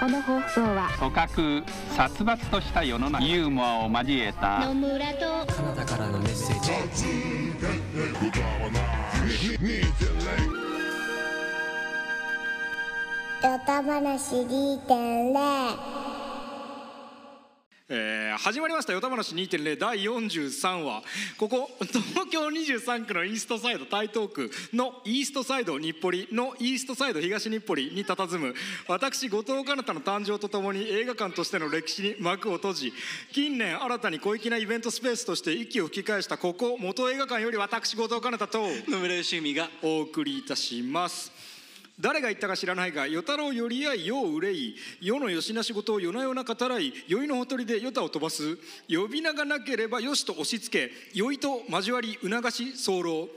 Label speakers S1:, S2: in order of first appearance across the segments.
S1: この放送は
S2: 組閣殺伐とした世の中ユーモアを交えた
S3: 野村と
S4: カナダからのメッセージ
S5: ヨタ話2.0
S6: えー始まりました「よたばなし2.0」第43話ここ東京23区のイーストサイド台東区のイーストサイド日暮里のイーストサイド東日暮里に佇む私後藤かなたの誕生とともに映画館としての歴史に幕を閉じ近年新たに小粋なイベントスペースとして息を吹き返したここ元映画館より私後藤かなたと
S4: 野村義美が
S6: お送りいたします誰が言ったか知らないが与太郎よりやいよう憂い世のよしな仕事を夜な夜な語らい宵のほとりで与太を飛ばす呼び名がなければよしと押し付け酔いと交わり促し候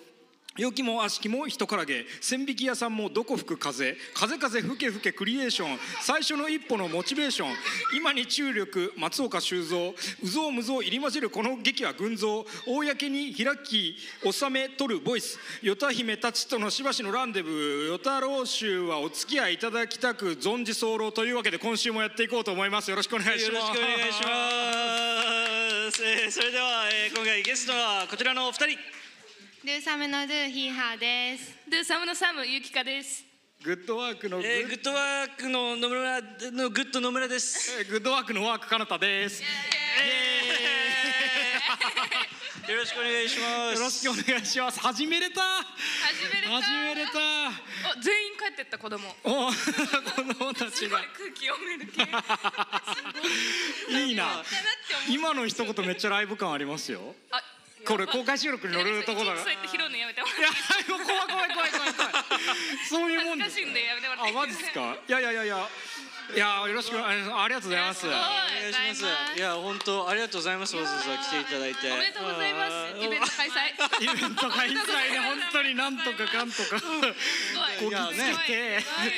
S6: 良きも悪しきも人からげ千匹屋さんもどこ吹く風風風吹け吹けクリエーション最初の一歩のモチベーション今に注力松岡修造うぞうむぞう入り混じるこの劇は群像公に開き収め取るボイス与太姫たちとのしばしのランデブー与太郎衆はお付き合いいただきたく存じ候というわけで今週もやっていこうと思いますよろしくお願いし
S4: よ
S6: ま
S4: ろ
S6: す
S4: しくお願いします、えーそれでは、えー今回ゲストはこちらのお二人
S7: ドゥサムのドゥヒーハーです。ドゥサムのサムゆきかです。
S6: グッドワークのグッ,、
S4: えーグッドワークの野村のグッド野村です
S6: えーグッドワークのワークかなたです
S4: よろしくお願いします
S6: よろしくお願いします始めれた
S7: 始め
S6: 始めれた
S7: お全員帰ってった子供。
S6: お 子供たち
S7: す
S6: が
S7: ごい空気読める系。
S6: いいな
S7: だって思う
S6: 今の一言めっちゃライブ感ありますよ
S7: あ
S6: これ公開収録に乗るとこだから
S7: そうやって拾うのやめても
S6: い
S7: ら
S6: や
S7: って。
S6: 怖い怖い怖い怖い怖いそういうもん
S7: 恥ずかし
S6: です
S7: いんでやめてもらっ
S6: あ
S7: て。
S6: マジですかいやいやいやいやいやよろしくあありがとうございます
S7: いやすご
S4: お願いします
S7: お願いします
S4: いや本当ありがとうございますわざわざ来ていただいて
S7: おめでとうございます。イベント開催。
S6: イベント開催で本当になんとかかんとか
S7: すご
S6: こ
S7: い。
S6: ぎつ
S7: す
S6: けて
S7: ごい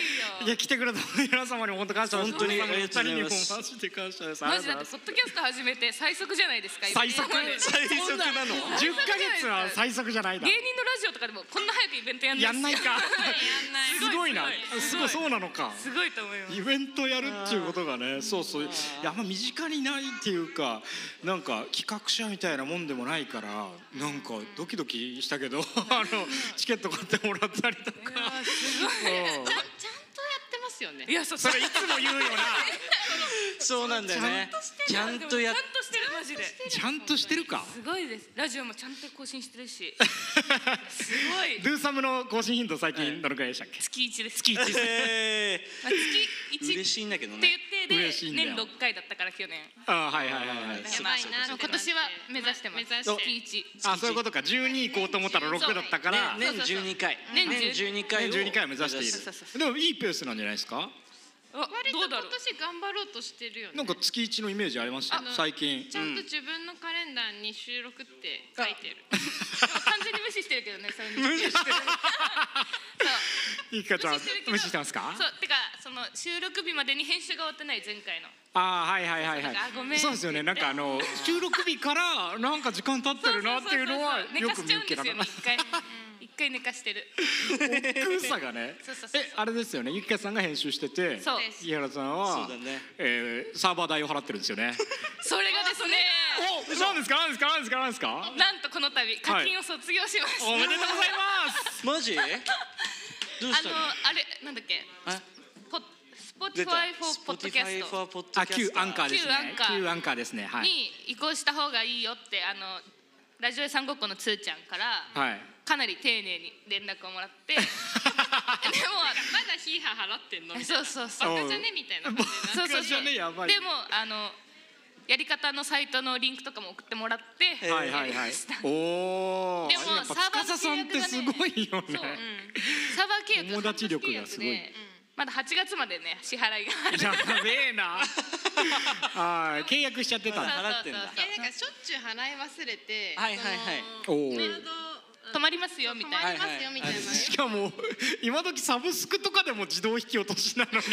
S6: いや来てくれた皆様にも本当感謝です
S4: 本当に
S6: 皆様のお二人にも
S4: ありがとうございます
S6: マジで感謝です
S7: マジだってポッドキャスト始めて最速じゃないですか。
S6: 最速
S7: イベント
S4: 最速なの
S6: 10ヶ月は最速じゃないだ
S7: 芸人のラジオとかでもこんな早くイベントやんない
S6: やんないか すごいなす
S7: す
S6: ご
S7: ご
S6: い
S7: い
S6: そうなのか
S7: すごいと思います
S6: イベントやるっていうことがねそうそういやあんま身近にないっていうかなんか企画者みたいなもんでもないからなんかドキドキしたけどあのチケット買ってもらったりとかうん
S3: ちゃんとやってますよね
S7: いやそう
S6: それいつも言うよな
S4: そうなんだよねちゃんとやっ
S7: ちゃんとしてるマジで
S6: ちゃんとしてるか
S7: すごいですラジオもちゃんと更新してるしすごい
S6: ドゥーサムの更新頻度最近どのくらいでしたっけ
S7: 月一です月1月
S4: えー
S7: 1
S4: 嬉しいんだけど
S7: っ
S4: ね
S7: て言っ
S6: 嬉し
S7: て
S6: いん
S7: で
S6: だよ
S7: 年6回だったから去年
S6: あはいはいはいはい
S3: やばいな
S7: 今年は目指してます
S3: 目指して
S7: 月1
S6: あそういうことか12行こうと思ったら6だったから
S4: ね
S6: ね
S4: 年12回
S7: 年
S4: 年12回を
S6: 12回を目指してい
S7: そうそうそ
S6: るでもいいペースなんじゃないですか
S3: 割
S7: あ
S3: と
S7: どう
S3: 今
S7: だろう
S3: 年頑張ろうとしてるよね
S6: なんか月1のイメージありました
S3: あ
S6: 最近
S3: ちゃんと自分のカレンダーに収録って書いてる
S7: 完全に無視してるけどねそれ無視 してるそう
S6: いかちゃん
S7: 無視してるけど
S6: 無視してますか
S7: そうてかその収録日までに編集が終わってない前回の
S6: あーはいはいはいは
S7: なん
S6: い
S7: かあごめん
S6: そうですよねなんかあの収録日からなんか時間経ってるなっていうのは
S7: そうそうそうそう
S6: よく見受けられま
S7: 寝かし ちゃうんですよね一回一回寝かしてる
S6: 空さがね
S7: そうそうそうそう
S6: えあれですよねゆきかさんが編集してて
S7: そう
S6: 伊原さんは
S4: そうだね
S6: えーサーバー代を払ってるんですよね
S7: それがですね
S6: おなんですかなんですかなんですかなんですか
S7: なんとこの度課金を卒業しました、
S6: おめでとうございます
S4: マジどうしたの
S7: あのあれなんだっけ
S4: あ
S7: ポスポティファイフォーポッドキャスト
S4: for ポッドキャ
S6: あ
S4: スト
S6: 旧アンカーですね
S7: 旧アンカー
S6: 旧アンカーですねはい
S7: に移行した方がいいよってあのラジオ屋さんごっこのつーちゃんから、
S6: はい
S7: かなり丁寧に連絡をもらって で
S3: まだヒーハー払ってんの
S7: も
S3: みたい
S7: そうそうそう
S6: おう
S3: なじゃねみたいな感じにな
S7: そうそう
S6: じ
S7: そ
S6: ゃ
S7: う
S6: ね
S7: で
S6: や
S7: も
S6: ばいね
S7: あのやり方のサイトのリンクとかも送ってもらって、
S6: はいはいはい
S7: やりました
S6: おお
S7: でも
S6: やっぱ
S7: サーバーの
S6: 司さんってすごいよ
S7: そう
S6: ね
S7: サーバー契約
S6: 友達力がすご
S7: 半
S6: い
S7: 年契約でまだ8月までね支払いがある
S6: やべえなあー契約しちゃってたんだ
S4: 払ってんだ
S3: いやなんかしょっちゅう払い忘れて
S4: はいはいはい
S6: おお
S3: メール
S7: 止まりますよみ
S3: 止
S7: たい
S3: まり
S7: な
S3: ますよみたいな
S6: しかも今時サブスクとかでも自動引き落としなのに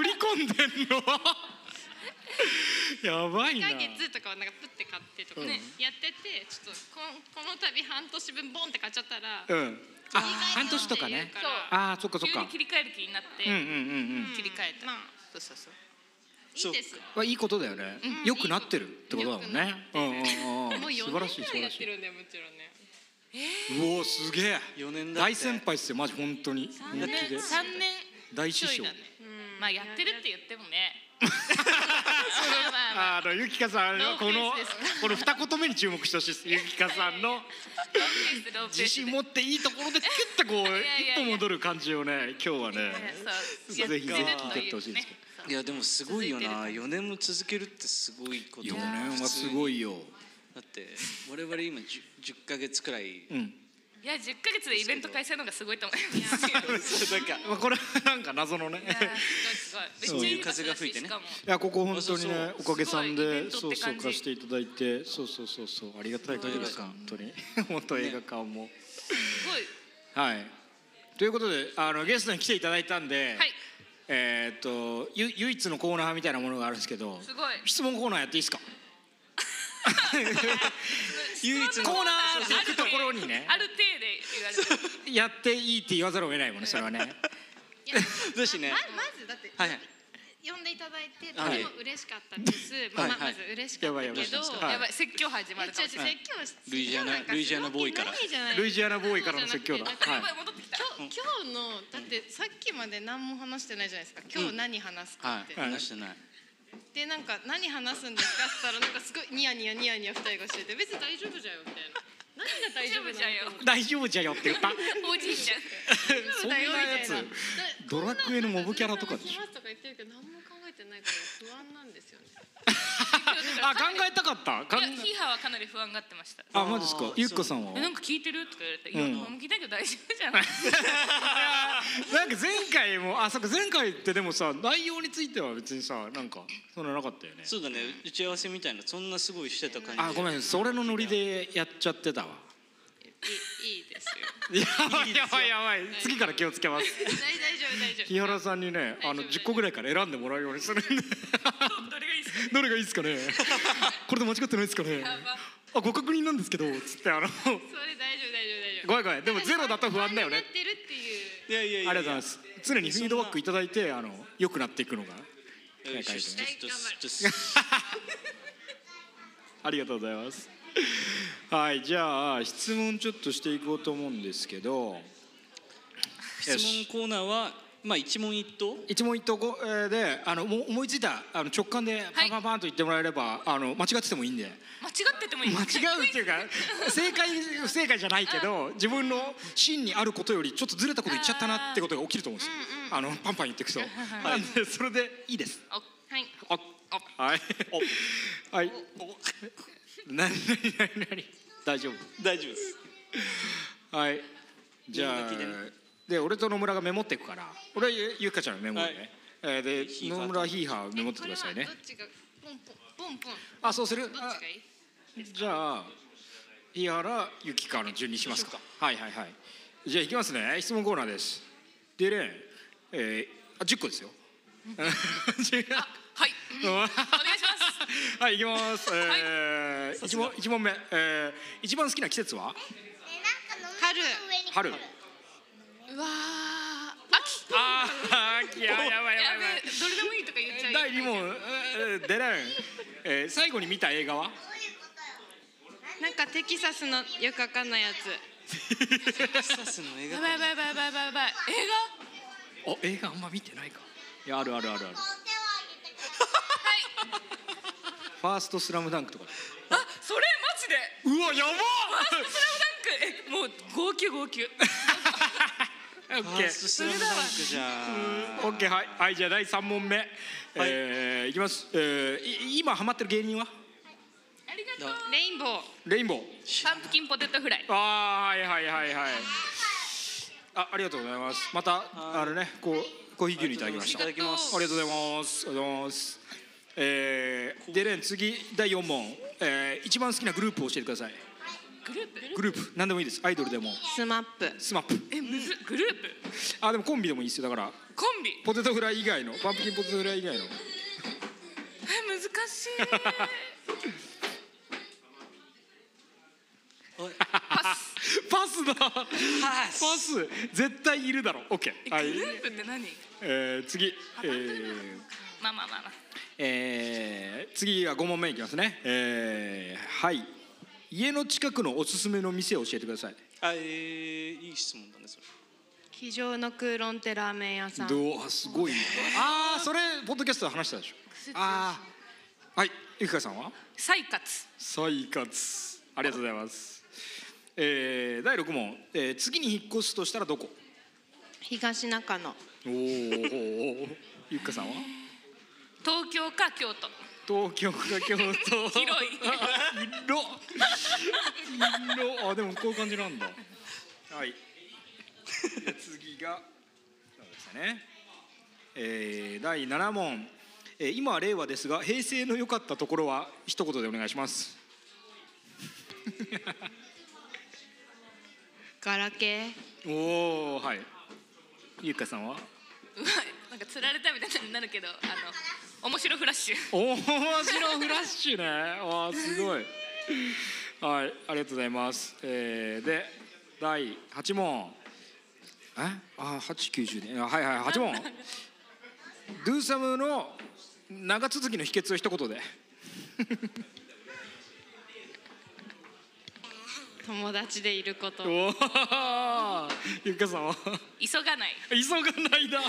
S6: 売り込んでんのは やばいな
S3: 1ヶ月とかはなんかプッて買ってとかねやっててちょっとこんこの度半年分ボンって買っちゃったら
S6: うんあ半年とかね
S3: そう
S6: ああそっかそっ
S7: 急に
S6: か
S7: 切り替える気になって、
S6: うんうんうん
S7: 切り替えた、
S3: まあ
S7: そうそうそう
S3: いいです
S6: うんいいことだよね良くなってるってことだもんねうんうんうん
S3: もう
S6: う
S3: ん4年
S6: 素晴らしい素
S3: ぐらいや
S6: 晴ら
S3: っ
S6: しい
S3: てるんだよもちろんね
S6: うおすげえ
S8: 4年だって
S6: 大先輩っすよマジ本当に本
S7: 3
S6: 気
S7: 年
S6: で
S7: 三年
S6: 大
S7: ち
S6: 師
S7: ょい
S6: 匠
S7: だね、まあやってるって言ってもねまあまあまあ
S6: あのゆきかさん
S7: ロー
S6: のこ
S7: ペース
S6: の
S7: です
S6: この二言目に注目してほしいですゆきかさんの
S7: ローペースローペースで
S6: 自信持っていいところでキュッとこう
S7: やいや
S6: 一
S7: いや
S6: 歩戻る感じをね今日はね
S7: そう
S6: ぜひぜひ聞いてってほしいんですけ
S7: け
S8: いやでもすごいよ
S7: 続い
S8: な4年も続けるってすごいこと
S6: 4年はすご
S8: い
S6: いよ
S8: だって我々今 10, 10ヶ月くら い
S6: うん
S7: いや10ヶ月でイベント開催の方がすごいと思いますよ
S8: そうなんか
S6: まあこれはなんか謎のね
S7: すごいすごいめっちゃいい風が吹いてね
S6: いやここ本当にね
S8: あ
S6: お
S7: そう
S6: かげさんで
S7: す
S6: そ
S7: ご
S6: う
S7: いイベントって
S6: そう
S7: 感じ
S6: 貸していただいてそうそうそうそうありがたい限りです
S8: 映画
S6: 本当に本当映画館も
S7: すごい
S6: はいということであのゲストに来ていただいたんで
S7: はい
S6: えーっとゆ唯一のコーナーみたいなものがあるんですけど
S7: すごい
S6: 質問コーナーやっていいで すか
S8: 唯一
S6: コー
S8: の
S6: ナー行くところにね
S7: ある程度言われてる
S6: やっていいって言わざるを得ないもんねそれはね
S8: だしね
S3: ままずだって
S8: はいはい
S3: 呼んでいただいてと
S8: はい
S3: ても嬉しかったです、ま
S8: はいは
S3: あまあ
S8: い
S3: まず嬉しかったけど、
S6: や
S7: やばい
S6: ばいやばい
S7: 説教始ま
S3: え
S7: る
S3: ちょちょ説教
S8: ルイジアナルイジアナボーイから
S6: ルイジアナボーイからの説教
S3: 今
S6: だはい
S7: 戻ってきた
S3: 日のだってさっきまで何も話してないじゃないですか今日何話す
S8: は
S3: かって、
S8: い話してない
S3: でなんか何話すんですかって言ったらなんかすごいニヤニヤニヤニヤ二人がしてて別に大丈夫じゃよみたいな何が大
S7: 大
S3: 丈夫
S7: 丈夫
S3: な
S7: じゃんよ
S3: の
S6: 大丈夫じゃよって 言った
S7: おじいちゃん
S6: そんなやつドラクエのモブキャラとかで
S3: で
S6: し
S3: し
S6: ょ
S3: ょとか言ってるけど何も考えてないから不安なんですよね
S6: あ考えたかった考
S7: いや
S6: え
S7: ヒーハーはかなり不安がってました
S6: あマジですかゆっこさんは
S7: えなんか聞いてるとか言われて、い
S6: うん
S7: や、もう聞いたけど大丈夫じゃない。
S6: なんか前回もあそっか前回ってでもさ内容については別にさなんかそんななかったよね
S8: そうだね打ち合わせみたいなそんなすごいしてた感じ
S6: あごめんそれのノリでやっちゃってたわ
S3: いいいいですよ
S6: やばいやばいやばい次から気をつけます
S3: 大大丈夫大丈夫
S6: 日原さんにねあの10個ぐらいから選んでもらうようにするん で
S7: どれがいいですか。
S6: どれがいいですかねこれで間違ってないですかねあご確認なんですけどつってあの
S3: それ大丈夫大丈夫大丈夫
S6: ごめんごめんでもゼロだと不安だよ
S3: 不
S6: ね
S3: 安になってるっていう
S8: いやいやいや
S6: ありがとうございます常にフィードバックいただいてあの良くなっていくのが
S8: よしよしよしよしよし
S6: ありがとうございます。はい、じゃあ質問ちょっとしていこうと思うんですけど、
S8: 質問コーナーはまあ一問一答
S6: 一問一答こえーで、あのもう思いついたあの直感でパンパンパンと言ってもらえれば、あの間違っててもいいんで、
S7: 間違っててもいい。
S6: 間違うっていうか 正解不正解じゃないけど、自分の芯にあることよりちょっとずれたこと言っちゃったなってことが起きると思うんですよ。あのパンパン言ってくと、なんでそれでいいです。
S7: おはい。
S6: あ、はい、はい、なになになに、大丈夫。
S8: 大丈夫です
S6: はい。じゃ
S8: みん
S6: あ、
S8: な聞いてね
S6: で俺と野村がメモっていくから。俺はゆゆうかちゃんのメモね。
S8: はい
S6: えーで
S8: ヒーハー
S6: 野村ヒーハーメモっててくださいね
S3: これは。どっちがポンポンポンポン
S6: あそうする。
S3: どっちがいい
S6: あじゃあヒーハラゆきかの順にしますか。はいはいはい。じゃあ行きますね。質問コーナーです。でね、えー、あ10個ですよ。10
S7: はい。お願いします。
S6: はい行きます。えー、
S8: さす
S6: 一
S8: が
S6: 問一問目、えー、一番好きな季節は
S3: 春
S6: 春。
S3: うわ
S6: あー秋やばいやばいやばい
S7: や。べえ、どれでもいいとか言っちゃう。
S6: 第2問えー出れん、えー最後に見た映画は
S3: ーなんかテキサスのよくわかんないやつ
S8: スタスの映画
S7: やばいやばいやばいやばいやばいやばい。映画。
S6: お映画あんま見てないかいやあるあるあるあるファーストスラムダンクとか
S7: あ、それマジで。
S6: うわや
S7: スラムダンク、え、もう号泣号泣。
S6: ばオ
S8: フ
S6: ッケ
S8: ァーストス
S6: ー
S8: ラムダンクじゃん
S6: オッケーはい、はい、じゃあ第3問目、えーいきます、えーい今ハマってる芸人は
S7: ありがとう。
S3: レインボー
S6: レインボー
S7: パンプキンポテトフライ。
S6: あーはいはいはいはいあありがとうございますまたあれねこうコーヒー牛乳いただきま
S8: い
S6: した
S8: ただきます
S6: ありがとうございます。ありがとうございます。えー、デレン次第四問、えー、一番好きなグループを教えてください。
S7: グループ。
S6: グループ何でもいいです。アイドルでも
S3: スマップ
S6: スマップ。
S7: え、むず、グループ。
S6: あでもコンビでもいいですよ。だから
S7: コンビ。え、
S6: ポテトフライ以外のパンプキンポテトフライ以外の。
S7: 難しい。
S6: パパスだパ
S8: パス
S6: ス絶対いるだろオッケ
S7: え
S6: ー、はい
S7: グループって何
S6: えー、次、えー
S7: まあまあまあまあ
S6: えー次は5問目いきますねえーはい家の近くのおすすめの店を教えてください
S8: あえー、いい質問だねそれ
S9: 机上の空論ってラーメン屋さん。
S6: どうあすごいねああそれポッドキャストで話したでしょああはいゆきかさんは
S7: 採活
S6: 再活ありがとうございますえー、第6問、えー、次に引っ越すとしたらどこ
S9: 東中野。
S6: おお ゆきかさんは
S7: 東京か京都
S6: 東京か京 都
S7: 広い
S6: 広っ 広っあでもこういう感じなんだはいで次がそうでしたねえー、第7問、えー、今は令和ですが平成の良かったところは一言でお願いします
S9: ガラケー。
S6: おおはいゆうかさんは
S7: うわなんか釣られたみたいになるけどあの面白フラッシュ
S6: 面白フラッシュねわあすごいはいありがとうございます、えー、で第8問えあ八890であはいはい8問「ドゥーサム」の長続きの秘訣を一言で
S3: 友達でいること。
S6: おおゆっかさんは
S7: 急がない
S6: 急がないだ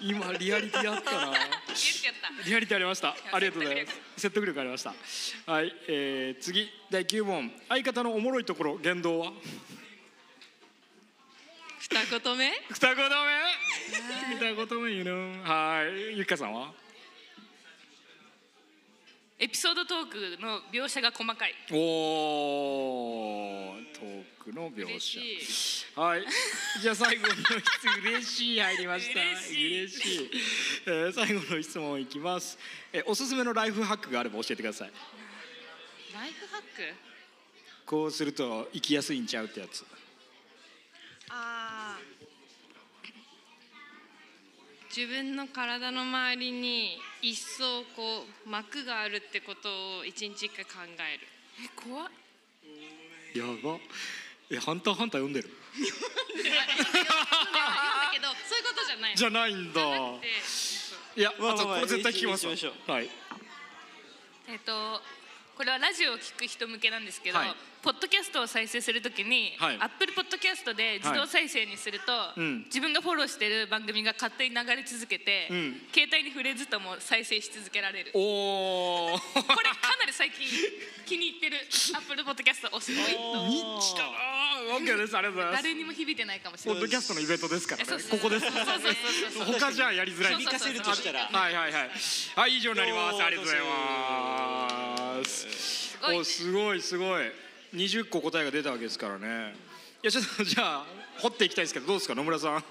S6: 今リアリティあったな
S7: 言っちゃった
S6: リアリティありました
S7: や
S6: ありがとうございます説得力ありましたはい、えー、次第9問相方のおもろいところ言動は
S3: 二言目。
S6: 双子だめ双子だめ言うのはいゆっかさんは
S7: エピソードトークの描写が細かい
S6: おートークの描
S3: 嬉
S6: 写
S3: しい。
S6: はいじゃあ最後の質問嬉しい入りました
S7: 嬉しい
S6: 嬉しい、えー、最後の質問いきます、えー、おすすめのライフハックがあれば教えてください
S3: ライフハック。
S6: こうすると生きやすいんちゃうってやつ
S9: ああ。
S3: 自分の体の周りに一層こう膜があるってことを一日一回考える
S7: え怖っ
S6: やばえハンターハンター読んでる
S3: だけどそういうことじゃないの
S6: じゃないんだ
S3: で
S6: いや
S8: まあ
S6: あと
S8: まあまあ
S6: これ絶対聞きます
S8: ぜひ行きまし
S6: はい
S7: えっとこれはラジオを聞く人向けなんですけど、
S6: はい
S7: ポッドキャストを再生するときに、
S6: はい
S7: アップルポッドキャストで自動再生にすると、
S6: うん
S7: 自分がフォローしてる番組が勝手に流れ続けて、
S6: うん
S7: 携帯に触れずとも再生し続けられるこ
S6: おお
S7: れかなり最近気に入ってるアップルポッドキャストおすごいと
S6: ニッチだなオッケーですありがとうございます
S7: 誰にも響いてないかもし
S6: ポ
S7: れ
S6: ッ
S7: ない
S6: ドキャストのイベントですからね
S7: そうそう
S6: ここです
S7: そうそうそうそうそう
S6: 他じゃあやりづ
S7: そ
S6: らい
S7: うそうそうそう響かせるとした
S8: ら
S6: はいはいはいはい以上になりますありがとうございます
S7: ごいね
S6: おすごいすごい20個答えが出たわけですからねいやちょっと じゃあ掘っていきたいですけどどうですか野村さん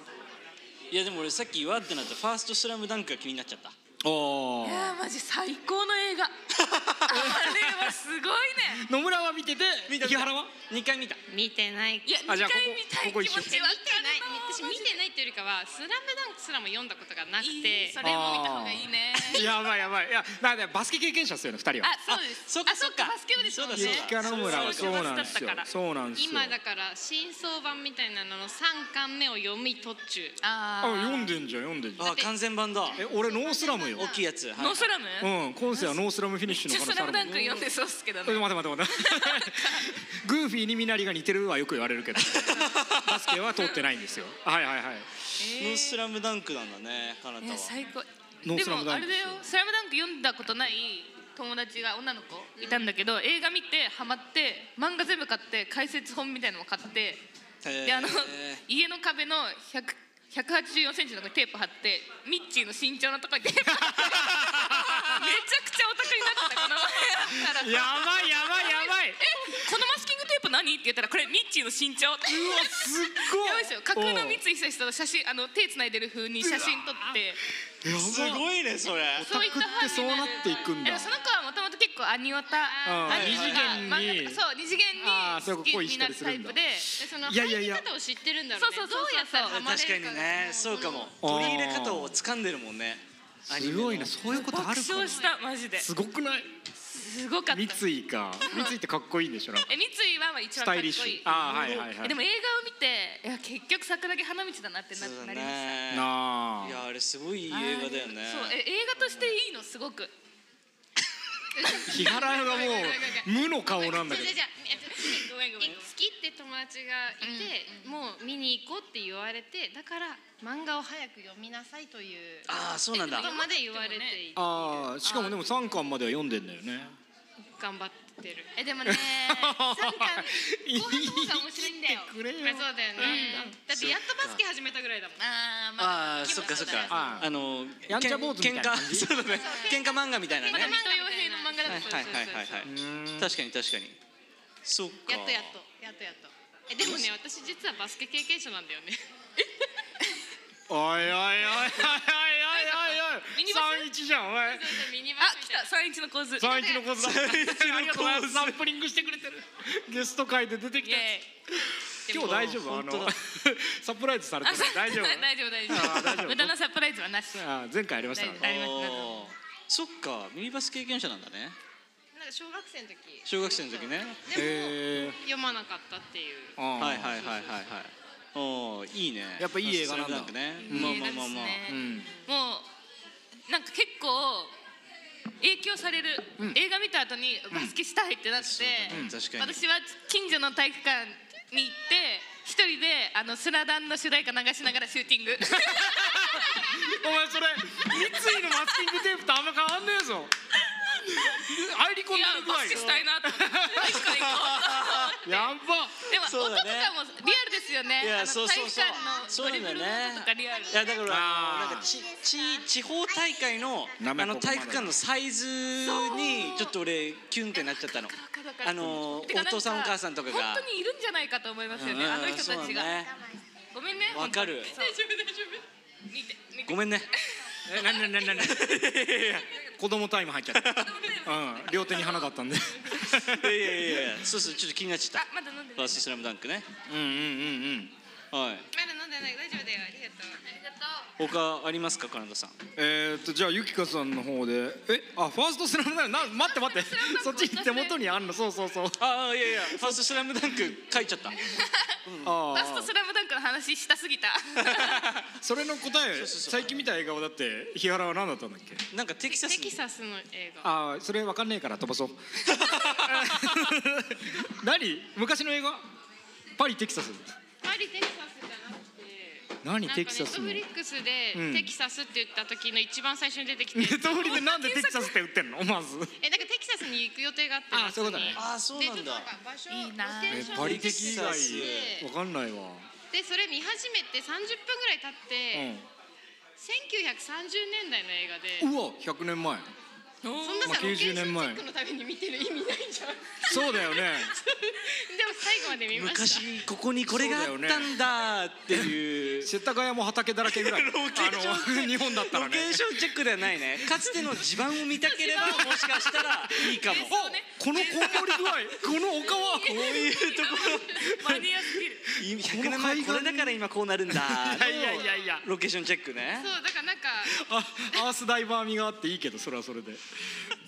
S8: いやでも俺さっき「わ」ってなったファーストスラムダンクが気になっちゃった
S6: おお
S7: いやーマジ最高の映画あれはすごいね
S6: 野村は見てて木原は
S8: 2回見た
S9: 見てない。
S7: いや
S6: あ
S7: 2
S6: じゃあここ
S7: 回見たい
S6: ここ
S7: 気持ち
S6: 一緒
S7: わ
S3: 見て
S7: かる
S3: ない
S7: な
S3: 私見てないっていうよりかは「スラムダンクすらも読んだことがなくて
S7: いいそれも見た方がいいね
S6: やばいやばいいやだからバスケ経験者ですよね二人は
S7: あそうです
S8: そっか
S7: あそっかバスケ部ですもんね
S8: そうだそうだ
S6: 雪か野村は
S7: そう
S6: そうなんです
S7: そう
S6: よ
S7: だったから
S6: そうなんですよ
S3: 今だから新装版みたいなのの3巻目を読み途中
S7: あ
S6: あ読んでんじゃん読んでんじゃん
S8: あ完全版だ
S6: え俺ノースラムよ
S8: 大きいやつはい
S7: ノースラム
S6: うん今世はノースラムフィニッシュ
S7: ちょ
S6: の
S7: っ
S6: 可
S7: とスラ
S6: 能性ある
S7: ム
S6: も
S7: ダ
S6: ん
S7: ンク読んでそうっすけど
S6: え
S7: ね
S6: 待て待て待てグーフィーにみなりが似てるはよく言われる けどバスケは通ってないんですよはいはいはい
S8: ノースラムダンクなんだねかなた
S7: いや
S8: は
S7: 最高
S6: ノー
S7: で
S6: スラム
S7: も
S6: ダ
S7: あ
S6: ンク
S7: れ
S6: で
S7: だ
S6: すよ
S7: よスラムダンク読んだことない友達が女の子いたんだけど映画見てハマって漫画全部買って解説本みたいのも買って
S8: へー
S7: であの家の壁の100 184センチのとこにテープ貼ってミッチーの身長のとこにテープ貼ってめちゃくちゃオタクになってたこの前だったら
S6: やばいやばいやばい
S7: えこのマスキングテープ何って言ったらこれミッチーの身長って
S6: うわすっごい
S7: やばいですよ架空の三井
S6: お
S7: 久志と写真あの手繋いでる風に写真撮って
S6: うやば
S8: すごいねそれ
S7: そういった
S6: オタクってそうなっていくんだ
S7: えその子はもともと結構アニオタ
S6: うん
S7: アニメとか
S6: 二次元に
S7: 漫画とかそう二次元に
S6: あーそういう
S7: 好
S6: 子
S7: き
S6: 恋し
S7: に
S6: た
S7: な
S6: り
S7: る
S6: す
S7: タ
S6: る
S7: イ
S6: んだ
S7: プで
S3: でその
S6: いやい
S3: 入
S6: やい
S3: り
S6: や
S3: 方を知ってるんだろうね
S7: そうそう
S3: どうやったらハ
S7: そう
S3: マれる
S8: 確か
S3: か
S8: にねそうかも
S6: あー
S8: 取り入れ方を掴んでるもんねアニメ
S6: す
S8: の
S6: ごいなそういうことある
S7: 爆
S6: かも
S7: 笑したマジです
S6: ごくない
S7: すすごかった
S6: 三井か三井ってかっこいいんでしょなんか
S7: え三井はまあ一
S6: ス
S7: 番かっ
S6: タ
S7: こ
S6: イ
S7: い
S6: リ
S7: い
S6: ッシュああはいはいは
S7: え
S6: い
S7: でも映画を見ていや結局桜木花道だなってな
S4: そうだ
S7: なりました
S4: ね
S6: ないあ
S4: やあれすごいいい映画だよね
S7: そうえ映画としていいのすごく
S6: 日原がもう無の顔なんだけど
S3: じゃじゃえっと次
S7: ごめんごめん
S3: い好きって友達がいて、もう見に行こうって言われてだから漫画を早く読みなさいという
S4: ああそうなんだ
S3: ことまで言われていて
S6: ああしかもでも三巻までは読んでんだよね
S3: 頑張ってる
S7: え でもね三巻後半の方が面白いんだよ
S6: くれよ
S3: まあそうだよね、だってやっとバスケ始めたぐらいだもん
S7: あーまあ
S4: ああそっかそっか
S6: あ
S4: あの
S6: やんちゃ坊主みたい
S4: 喧
S6: な
S4: 嘩
S6: 感じ
S4: そうだね喧嘩漫画みたいなね
S7: まだ
S4: はい
S7: 水戸洋平の漫画だ
S4: はい
S7: と
S4: はいはいは
S6: う
S4: い
S6: ーん
S4: 確かに確かにそっか
S3: やっとやっとやっとやっとえでもね私実はバスケ経験者なんだよね
S6: おいおいおいおいおいおい
S7: ミニバ
S6: おい三一じゃんおい
S3: ミニバ
S7: あ
S3: スみ
S7: 来
S3: たい
S7: た三一の構図
S6: 三一の構図だ
S4: 三一の構図
S6: ありがとうございますサンプリングしてくれてるゲスト会で出てき
S7: イ
S6: た
S7: エーイ
S6: 今日大丈夫あ
S4: 本
S6: の
S4: 当だ
S6: サプライズされて
S7: あ
S6: ない
S7: そう
S6: 大丈夫
S7: 大丈夫大丈
S6: あー大丈
S7: 夫
S6: 夫
S7: 無駄なサプライズはなし
S6: あー前回ありましたから
S7: 大
S6: ね
S7: ありますなんか
S4: おーそっかミニバス経験者なんだね
S3: ななんか小学生の時
S4: 小学生の時ね
S3: でも
S6: へえ
S3: 読まなかったっていう
S4: はい
S6: は
S4: はいはいはいはいおーいいね
S6: やっぱいい映画なんだ
S4: スラムダンクねまあまあまあまあ
S7: いいですね
S6: うん
S7: もうなんか結構影響される、映画見た後にバスケしたいってなって、
S4: そうだね確かに
S7: 私は近所の体育館に行って一人であのスラダンの主題歌流しながらシューティン グ
S6: お前それ三井のマスキングテープとあんま変わんねえぞ入り込ん
S7: い
S6: で
S7: や
S6: る具合
S7: バスケしたい なと思って確かに行こうと思って
S6: やっば
S7: でも
S4: そう
S7: 音
S4: だ
S7: と
S4: ね
S7: かもリアルですよね
S4: いや
S7: あの
S4: そうそうそうそう
S7: 体
S4: な
S7: 育館のドリブルの音と
S4: んだよね
S7: かリアル
S4: いやだから
S6: あー
S4: なんかちち地方大会の
S6: な
S4: あ
S6: めこ
S4: の
S6: ごまだ
S4: 体育館のサイズにちょっと俺キュンってなっちゃったの
S7: かるわかる
S4: あのお
S7: てかなんか
S4: 父さんお母さんとかが
S7: 本当にいるんじゃないかと思いますよねあの人た
S4: うんそ
S7: ち
S4: う
S7: が、
S4: だね
S7: ごめんね
S4: わかる
S7: 本当に大丈夫大丈夫見て見て
S4: ごめんね
S6: えなになになになに子供タイム入っちゃったうん両手に花だったんで
S4: いやいやいやそうそうちょっと気になっちゃっ
S7: あ
S4: た
S7: まだ飲んでない
S4: バーススラムダンクね
S6: うんうんうんうん
S3: まだ
S4: はい
S3: 飲んでない大丈夫だよありがとう
S7: ありがとう
S4: 他ありますかカナダさん
S6: えー、っとじゃあゆきかさんの方でえあファーストスラムダンクな待って待ってそっち手元にあんのそうそうそう
S4: ああいやいやファーストスラムダンク書いちゃった
S6: あ
S7: ラストスラムダンクの話したすぎ た。
S6: それの答え
S4: そうそう
S6: 最近見た映画はだって日原は何だったんだっけ
S4: なんかテキサス
S3: テキサスの映画
S6: ああそれわかんねえから飛ばそう何昔の映画パリテキサス
S3: パリテキサスじゃなくてな
S6: 何
S3: んか
S6: テ
S3: ネ
S6: キサ
S3: ッ
S6: ス
S3: ト
S6: の
S3: フリックスで
S6: うん
S3: テキサスって言った時の一番最初に出てきて
S6: ネットフリでなんでテキサスって売ってんのまず
S3: えなんかテキサスに行く予定があって
S6: あそういうことね
S4: ああそう
S3: でち
S4: な
S3: ょっ
S4: ん
S3: と
S4: だ
S3: なんか場所
S7: いいな
S3: ロケーション
S6: パリ的以外わ
S4: テキサス
S6: かんないわ
S3: でそれ見始めて30分ぐらい経って、1930年代の映画で
S6: うんうわ100年前
S3: そんな
S6: ま
S3: さ
S6: あ
S3: ロケーショ
S6: 90
S3: ンチ
S6: 年前
S3: ェックのために見てる意味ないじゃん
S6: そうだよね
S3: でも最後まで見ました
S4: 昔ここにこれがあったんだっていう
S6: 世田谷も畑だらけぐらいあの日本だったら
S4: ロ
S6: ね
S4: ケーションチェックではないねかつての地盤を見たければもしかしたらいいかも
S6: おこのこんもり具合この丘は
S4: こういうとこ
S7: マニアすぎる。
S4: ろ100年前これだから今こうなるんだ
S6: いやいやいやいや
S4: ロケーションチェックね
S3: そうだからなんか
S6: あアースダイバー味があっていいけどそれはそれで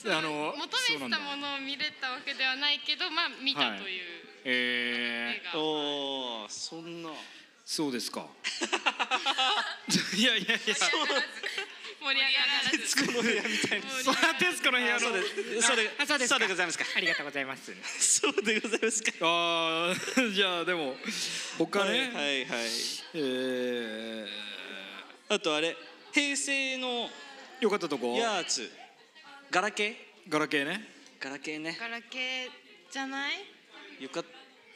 S6: あの
S3: 求めてたものを見れたわけではないけどまあ見たという
S6: え
S3: 映画、
S4: おおそんな
S6: そうですかいやいやいや
S3: 盛り上がらず
S4: つこの部屋みたいな
S6: そらテスコの部屋の
S4: そうですそうでそうでございますか
S10: ありがとうございます。
S4: そうでございますか
S6: あーじゃあでも他
S4: は
S6: ね、
S4: いはいはい
S6: えー、
S4: あとあれ平成の
S6: よかったとこ
S4: やつガラケー
S6: ガラケーね
S4: ガラケーね
S3: ガラケーじゃない
S4: よかっ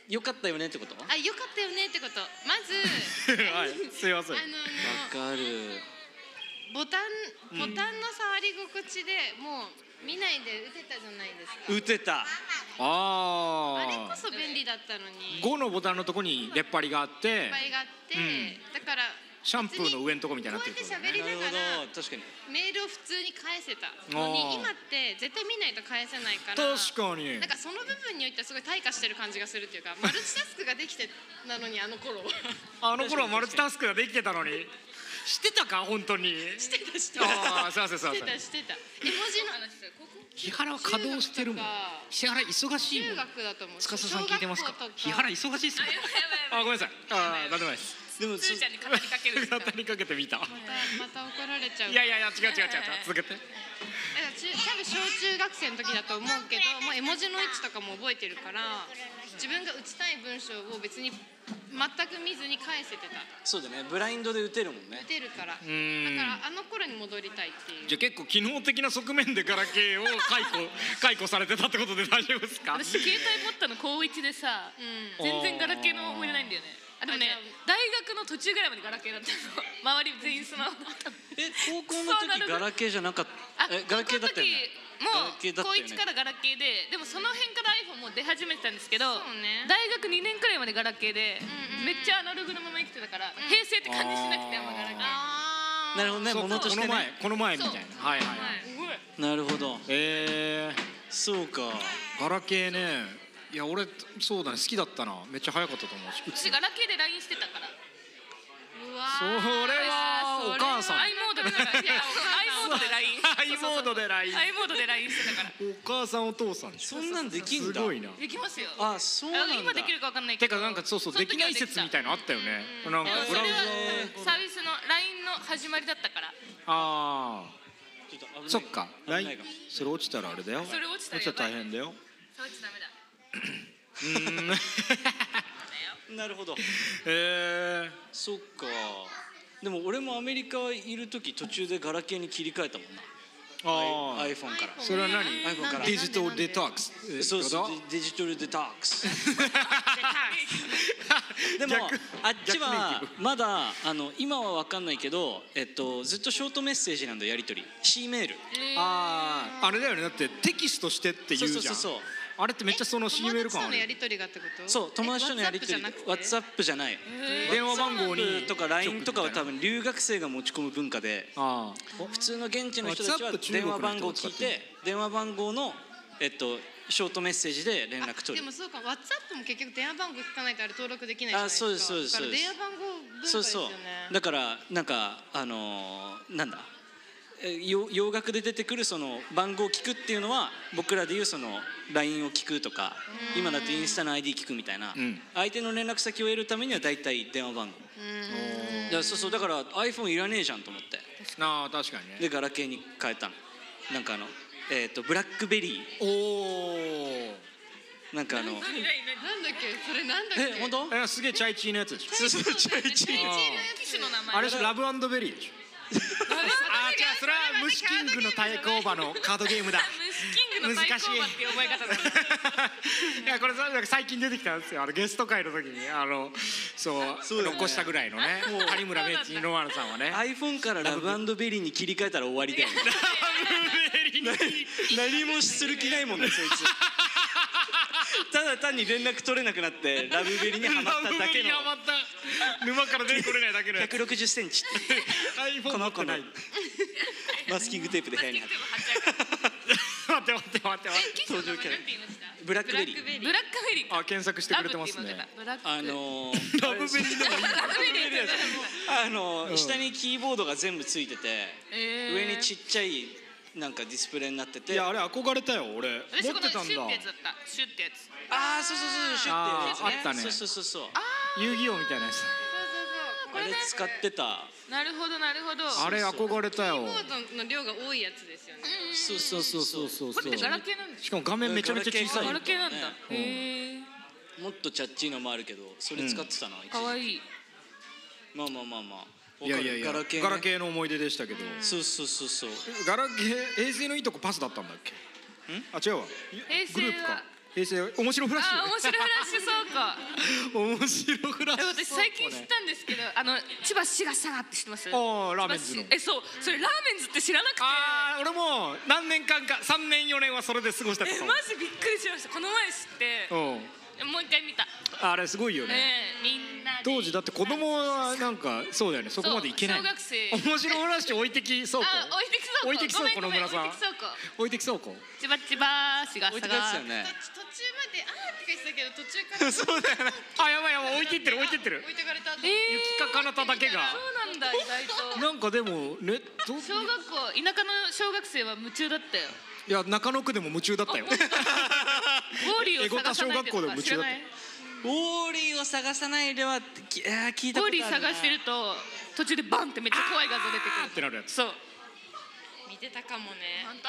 S4: よかったよねってこと
S3: あよかったよねってことまず
S6: はいすいません
S3: あのあの
S4: かる
S3: ボタンボタンの触り心地でもう見ないで打てたじゃないですか
S4: 打て
S3: あ
S4: た
S3: れ
S6: あ
S3: こそ便利だったのに
S6: 5のボタンのとこに出っ張りがあって
S3: いっぱいがあって、
S6: うん
S3: だから
S6: シャンプーの上のとこみたいになってるってことね
S3: こうやって喋りなが
S4: な
S3: ら
S4: るほど確かに
S3: メールを普通に返せたのに
S6: あー
S3: 今って絶対見ないと返せないから
S6: 確かに
S3: なんかその部分においてはすごい退化してる感じがするっていう かマルチタスクができてなのにあの頃は
S6: あの頃はマルチタスクができてたのにしてたか本当に
S3: してたしてた
S6: ああすいませんすいま
S3: して
S6: せん
S3: たしてた絵文字の話だよここ
S8: 日原は稼働してるもん
S3: 中
S8: 日原忙しいもん
S3: 学とか中学だと思う
S8: 司さん聞いてますか
S3: 小学校と
S8: 日原忙しいっすもん
S6: あごめんなさいああなんでもないですでも
S7: すーちゃんに語りかける人
S6: 語りかけてみた
S3: またまた怒られちゃう
S6: いやいやいや違う違う違う違う続けて
S3: だから中多分小中学生の時だと思うけどもう絵文字の位置とかも覚えてるから自分が打ちたい文章を別に全く見ずに返せてた
S4: そうだねブラインドで打てるもんね
S3: 打てるからだか
S6: ん
S3: らあの頃に戻りたいっていう
S6: じゃあ結構機能的な側面でガラケーを解雇 解雇されてたってことで大丈夫ですか
S7: 私携帯持ったの高一でさ、
S3: う
S7: 全然ガラケーの思い出ないんだよねあでもね
S3: あじゃ
S7: 大学の途中ぐらいまでガラケーだったの周り全員スマホだったの
S4: え高校
S7: そうな
S4: の
S7: る
S4: 時ガラケーじゃなかったえガラケーだったよね
S7: 高校の時もう高
S4: ガラケーだったよね
S7: 1からガラケーででもその辺から iPhone もう出始めてたんですけど、
S3: そうね
S7: 大学2年くらいまでガラケーで、
S3: んうん
S7: めっちゃアナログのまま生きてたから、平成って感じしなくてもうガラケー
S3: あ
S4: なるほどね
S6: そう
S4: ものとして
S6: この前
S4: ね
S6: この前みたいなはいはいはい
S3: はい
S4: なるほど
S6: え
S4: そうか
S6: ー、ガラケーねいや俺そうだね好きだったなめっちゃ早かったと思うし
S7: 私ガラケーで LINE してたから
S3: うわ
S6: それ
S3: ー
S6: はお母さん
S7: i モードで i モードで LINE
S6: i モードで LINE
S7: i モードで LINE してたから
S6: お母さんお父さん
S4: そんなんできん
S6: す
S4: だ
S6: ごいな
S7: できますよ
S4: あそうなんだ
S7: あの今できるかわかんないけ
S6: て
S7: ど
S6: かなんかそうそう
S7: の
S6: でき
S7: 時は
S6: ない説み
S7: でき
S6: たいのあったよねなんか
S7: たでも
S6: ブ
S7: それ
S6: ラ
S7: は
S6: ウザ
S7: サービスの LINE の始まりだったから
S6: あ
S4: ちょっと危な
S6: あ
S4: い
S6: そっか
S4: 危ない
S6: LINE それ落ちたらあれだよ
S7: それ落ちたら
S6: 落ちたら大変だよ
S7: そうちダメだ
S6: うーん
S4: なるほど
S6: え
S4: そっかでも俺もアメリカいる時途中でガラケーに切り替えたもんな
S6: ー、ああ
S4: iPhone から
S6: それは何
S4: iPhone から
S6: デジタルデトックスえ
S4: そうそう
S6: ってこ
S4: デジタルデトックス
S6: と
S4: でも
S6: 逆
S4: あっちは
S6: 逆ネイティブ
S4: まだあの今は分かんないけど、えっと、ずっとショートメッセージなんだよやり取り C メール
S6: あああれだよねだってテキストしてって言うじ
S4: そ
S6: ゃん
S4: うそうそうそう
S6: あれってめっちゃその C メール感あ
S3: 友達とのや
S6: る
S3: りとりがってこと
S4: そう友達とのやり取り
S3: WhatsApp じゃなくて
S4: WhatsApp じゃない
S6: 電話番号に
S4: WhatsApp とか LINE とかは多分留学生が持ち込む文化で
S6: あ
S4: 普通の現地の人たちは
S6: WhatsApp 中
S4: 電話
S6: 国の人
S4: 番号を聞いて電話番号の、えっと、ショートメッセージで連絡
S3: で
S4: 取る
S3: もそうか WhatsApp も結局電話番号聞かないとあれ登録できないじゃないですか
S4: あそうですそうです
S3: だから
S4: そうです
S3: 電話番号文化です
S4: そ
S3: よ
S4: う
S3: ね
S4: そうだからなんかあのーなんだえー洋洋楽で出てくるその番号を聞くっていうのは僕らでいうその LINE を聞くとか今だとインスタの ID 聞くみたいな、
S6: ん
S4: 相手の連絡先を得るためには大体電話番号だからそうそうだから iPhone いらねえじゃんと思って
S6: あなあ確かにね
S4: でガラケーに変えたのなんかあのえっ、とブラックベリ
S6: おお
S4: ーなんかあの
S3: なんだっけそれなんだっけ
S4: え本当
S6: えすげえチャイチーのやつでしょ
S4: そうそうチャイチー
S7: 機種の名前
S6: あれでしょラブベリーでしょあー違うそれは虫キングの対抗馬のカードゲームだ
S7: 虫キングの対抗馬っていう覚え方だった
S6: いやこれそうなんか最近出てきたんですよあのゲスト会の時にあのそう残したぐらいのね有村メイチ井ノ原さんはね
S4: iPhone からラブベリーに切り替えたら終わりだよね何もする気ないもんねそいつ ただ単に連絡取れなくなってラブベリにハマっただけ
S6: ハマ
S4: の
S6: った沼から出てこれないだけのやつ
S4: 1 6 0ンチこ
S6: iPhone 持
S4: の
S6: っ
S4: 子
S6: て
S4: の
S6: ない
S4: マスキングテープで部屋に貼って
S6: 待って待って待って待って
S4: 登場キャラブラックベリー
S7: ブラックフェリー
S6: あ検索してくれてますね
S7: ラブって
S4: あ
S7: 言いましたブラック
S4: の
S6: ラブベリーでもいい
S4: あの下にキーボードが全部ついてて
S7: えー
S4: 上にちっちゃいなんかディスプレイになってて
S6: いや
S4: あ
S6: あれ憧れたよ俺持って
S7: 私この
S6: たん
S7: シュッ
S6: だ
S7: ってやつだったシュッってやつ
S4: あーそうそうそうシュッてやるやつ
S6: あーあったね
S4: そうそうそうそう
S6: 遊戯王みたいなやつ
S4: あれ使ってた
S7: なるほどなるほど
S6: あれ憧れたよ
S3: コードの量が多いやつですよね
S4: そうそうそうそうそう
S7: これってガラケーなんです
S6: しかも画面めちゃめちゃ小さい
S7: ガラ
S4: ガラ
S7: ケ
S4: ケ
S7: ー
S4: ー
S7: な
S4: なんん
S7: だ
S4: だ
S7: へえ
S4: もっとチャッチーのもあるけどそれ使ってたな、一時
S7: かわいい
S4: まあまあまあまあ
S6: いやいやいや
S4: わかる
S6: ガ
S4: ガ
S6: ラ
S4: ラケーね
S6: ケーの思い出でしたけど
S4: そうそうそうそう
S6: ガラケー衛星のいいとこパスだったんだっけあ違うわ
S7: 平成
S6: グ
S7: は
S6: ループか衛星面白フラッシ
S7: あ面白いフラッシュそうか
S6: ュ 面白フラッ
S7: でも
S6: シ
S7: 私
S6: ュ
S7: 最近知ったんですけどあの千葉シガシャガって知ってます
S6: ああラーメンズの
S7: 千葉市えそうそれラーメンズって知らなくて
S6: ああ俺も何年間か3年4年はそれで過ごしたこと
S7: え
S6: か
S7: マ
S6: も
S7: ジびっくりしましたこの前知ってもう一回見た
S6: うんあれすごいよね
S7: ねえみんなで
S6: 当時だって子供はなんかそうだよねそこまでいけない
S7: そう小学生
S6: 面白フラッシュ置いてき倉庫
S7: あ置いてきそう
S6: 置いてき倉庫の村さん
S7: 置いてきそうか
S6: 置いてき倉庫
S7: 千葉千葉シガシ
S4: 置い
S7: ャ
S4: て帰ってたよ
S7: ガ
S4: ね
S3: 途中まであーってかだけど途中から
S8: そうだよね
S6: あやばいやばい置いてってる置いてってる
S3: 置いてかれた。
S6: 雪か彼方だけが
S7: そうなんだ意外と
S6: なんかでもネット
S7: 小学校田舎の小学生は夢中だったよ
S6: いや中野区でも夢中だったよ
S7: ウォーリーを探さないでと
S6: エゴタ小学校で
S7: か
S6: 夢
S7: 知ら
S6: 中だっ
S7: ない
S4: ウォーリーを探さないではってきいやー聞い
S7: ウ
S4: た
S7: ォー
S4: ことある
S7: リー探してると途中でバンってめっちゃ怖い画像出てくる
S6: ってなるや つ
S7: そう
S3: 見てたかもね。
S7: 本当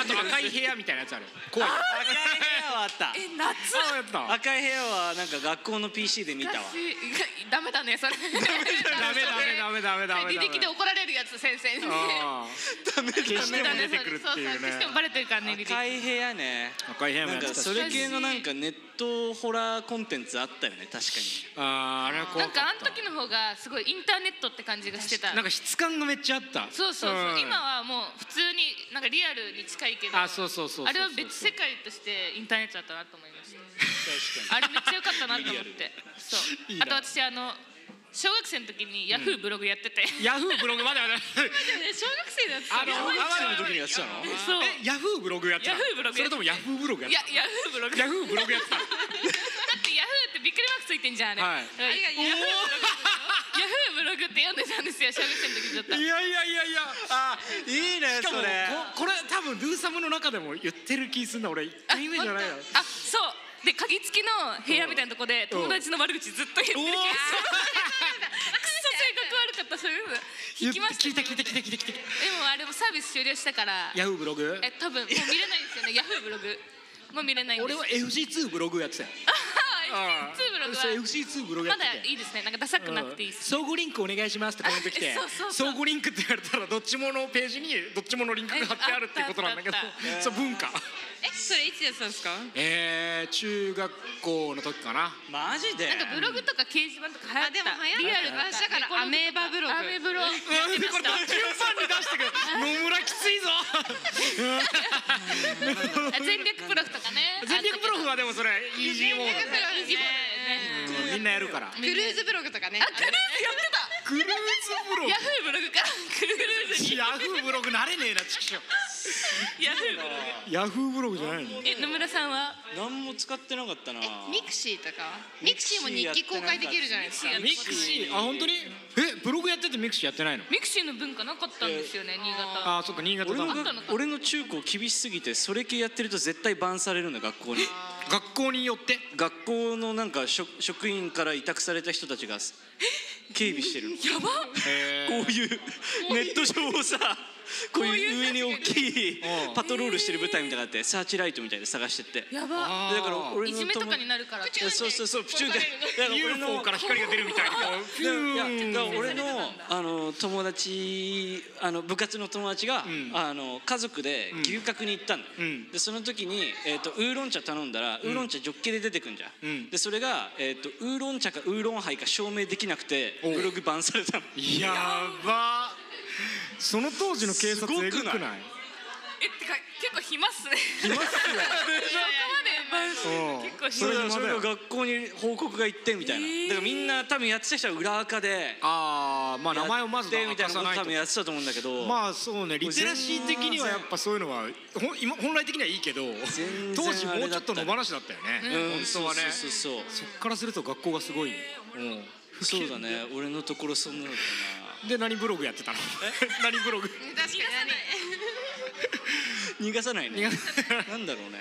S6: あと赤い部屋みたいなやつある怖いあ
S4: 赤い部屋はあった
S7: え夏
S6: やった
S4: 赤い部屋はなんか学校の PC で見たわ
S7: 昔ダメだねそれダメ
S6: ダメダメダメダメダメ
S7: 履歴で怒られるやつ先生に
S6: あ
S7: 消
S6: しても出てくるっていうね
S7: 消してもバレてるからね履歴
S4: 赤い部屋ね
S6: ー赤い部屋も
S4: なん
S6: やって
S4: か
S6: たし
S4: それ系のなんかネットホラーコンテンツあったよね確かに
S6: あーあれは怖
S7: な
S6: か
S7: ん
S6: っ
S7: かあの
S6: た
S7: 時の方がすごいインターネットって感じがしてた
S6: なんか質感がめっちゃあった
S7: そうそうそう、
S6: ん
S7: 今はもう普通になんかリアルに近いけど
S6: あそうそうそうそうそう
S7: あれは別世界としてインターネットだったなと思いましたあれめっちゃ良かったなと思ってそう
S6: いい
S7: あ
S6: な
S7: と私あの小学生の時にヤフーブログやってて、
S6: ヤフーブログまだまだ
S7: 小学生だっ
S6: あの
S7: やばい
S4: の
S6: あ
S4: 時にやってたの
S7: そう
S6: えヤフーブログやってた
S7: ヤフーブログ
S6: それともヤフーブログやっ
S7: い
S6: て
S7: やヤ
S6: た
S7: フーブログ
S6: ヤフーブログやってた
S7: だってヤフーってびっくりマークついてんじゃんあれ、
S6: は
S7: だ
S6: い
S7: からヤフーブログでしょヤフーブログって読んでたんですよ小学生の時ずっと
S6: いやいやいやいやあ
S4: いいね
S6: しかも
S4: それ
S6: ここれ多分ルーサムの中でも言ってる気すんな俺一回目じゃないよ
S7: あそうで鍵付きの部屋みたいなとこで友達の悪口ずっと言ってる気がするクソ性格悪かったそれ引
S6: 言っ
S7: き
S6: て
S7: ました
S6: 聞
S7: ね
S6: いた聞いた聞いた聞いた聞
S7: で
S6: いた
S7: もあれもサービス終了したから
S6: ヤフーブログ
S7: え多分もう見れないですよねヤフーブログもう見れないんです
S6: 俺は FC2 ブログやってたよ
S7: あ FC2 ブログは
S6: そう FC2 ブログやっ
S7: ま
S6: てた
S7: だ
S6: よ
S7: いいですねなんかダサくなくていいです
S6: 相互リンクお願いしますってコメント来て
S7: そうそうそう
S6: 相互リンクって言われたらどっちものページにどっちものリンクが貼ってあるっていうことなんだけど
S7: えあったあっ
S6: そう文化
S3: え、それいつやってたんですか？
S6: えー、中学校の時かな
S4: マジで
S7: なんかブログとか掲示板とか流行った
S3: でも流行った
S7: リアルだった
S3: だからアメーバブログ
S7: アメブロやって ました
S6: 順番に出してくる野村きついぞ
S7: あ全力ブログとかね
S6: 全力ブログはでもそれイージーモード
S7: あの時イージーボードね
S6: うんみんなやるから
S3: クルーズブログとかね。
S7: あクルーズやってた
S6: クルーズブロ
S7: ヤフーブログからクルーズに
S6: ヤフーブログ慣れねえなちくしょ
S7: ヤフーブログ
S6: ヤフーブログじゃないの
S7: え野村さんは
S4: 何も使ってなかったな
S3: ミクシーとか。ミクシーも日記公開できるじゃないですか。
S7: ミ
S6: ミクシーあ本当にえブログやっててミクシーやってないの
S7: ミクシーの文化なかったんですよね新潟
S6: あーそっか新潟
S4: 俺の
S6: だ
S7: あった
S4: 学
S7: のか
S4: 俺の中高厳しすぎてそれ系やってると絶対バンされるんだ学校に
S6: 学校によって
S4: 学校のなんか職職員から委託された人たちが警備してるの
S7: やば
S4: こういうネット上をさこういう上に大きい
S6: うん
S4: パトロールしてる舞台みたいなのがあってサーチライトみたいで探してって
S7: やば
S4: だから俺
S7: い
S4: の
S7: じめとかに
S4: 友
S7: なるから
S4: 達そうそうそうプチュンってだから俺の
S6: UFO から光が出るみたいなこうピュ
S4: いや
S6: ーン
S4: だから俺のあの友達あの部活の友達が、あの家族で牛角に行ったんだよ、
S6: うん
S4: でその時に、えー、とウーロン茶頼んだら、ウーロン茶ジョッキで出てくんじゃん、
S6: うん
S4: でそれが、えー、とウーロン茶かウーロンハイか証明できなくて
S6: おう
S4: ブログバンされたの
S6: やばその当時の警察えぐくない
S4: すごくな
S7: えってか結構暇っすね
S6: います
S7: そこまで
S6: よ
S7: 結構
S4: そ
S6: そ
S4: れ
S6: れ
S4: が
S6: が
S4: そ
S6: そ
S4: れ
S6: れ
S4: が学校に報告が行ってみたいな、だからみんな多分やってた人は裏垢で
S6: あーまあ名前をまず
S4: やってみ
S6: 明
S4: たいな
S6: かさ
S4: こと
S6: ない
S4: 多
S6: と
S4: 分やってたと思うんだけど、
S6: まあそうねリテラシー的にはやっぱそういうのはほん今本来的にはいいけど
S4: 全然
S6: 当時もうちょっと野放しだったよ
S4: う
S6: ね
S4: ん
S6: 本当はね
S4: そうそうそう
S6: そっからすると学校がすごいね
S4: そうそうだね俺のところそんなのだったな
S6: で何ブログやってたの何ブログ
S3: 確かに
S4: 逃がさないね
S6: がさ
S4: なんだろうね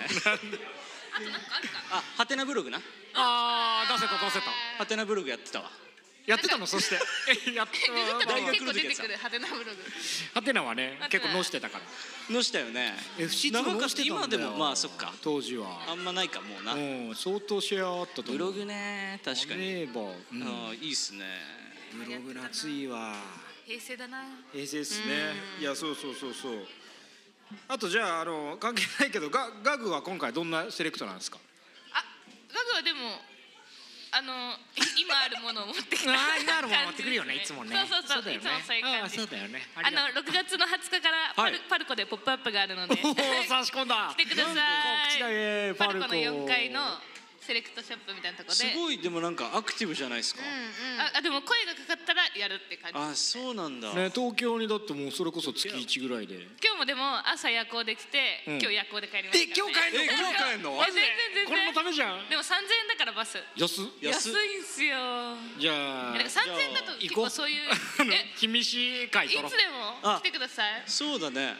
S4: あハテナブログな
S6: ああ出せた出せた
S4: ハテナブログやってたわ
S6: やってたのそ してえやって
S7: ググったら結構出
S4: 大学の時
S7: て
S4: やつ
S7: くる派手なブログ
S6: ハテナはね
S7: ハテナ
S6: 結構のしてたから
S4: のしたよね
S6: FC2
S4: 長か
S6: の
S4: っ
S6: して
S4: た
S6: たんだよ
S4: 今でもまあそっか
S6: 当時は
S4: あんまないかもうな
S6: うん相当シェアあったと思う
S4: ブログね確か
S6: あ
S4: に
S6: ればうん
S4: あーいいっすね
S6: ブログ夏いわ
S7: 平成だな
S6: 平成ですねいやそうそうそうそうあとじゃああの関係ないけどガガグは今回どんなセレクトなんですか
S7: あガグはでもあのい今あるものを持ってきたそうそうそういつもそういう感じ
S6: だよね
S7: あの6月の20日からパル,、
S6: はい
S7: パルコでポップ アップがあるので来
S6: おお差し込んだ
S7: てくださ
S6: 口だけ
S7: い
S6: パ
S7: パ
S6: ル
S7: ル
S6: コ
S7: コの4階のセレクトショップみたいなとこ
S4: す
S7: で
S4: ごいでもなんかアクティブじゃないですか、
S7: ああでも声がかかったらやるって感じ
S4: あそうなんだ、
S6: ね東京にだってもうそれこそ月一ぐらいで
S7: 今日もでも朝夜行で来て、
S6: うん
S7: 今日夜行で帰りましたからね、
S6: え今日帰んの
S7: い
S6: マ
S7: や
S6: ジ
S7: 全
S6: で
S7: 然全然
S6: これのためじゃん
S7: でも3000円だからバス
S6: 安っ
S7: 安いんすよ
S6: じゃあ
S7: なんか3000円だと結構そういう え
S6: 君氏会
S7: いつで
S6: 取ろう
S7: も来てください
S4: そうだね
S6: ね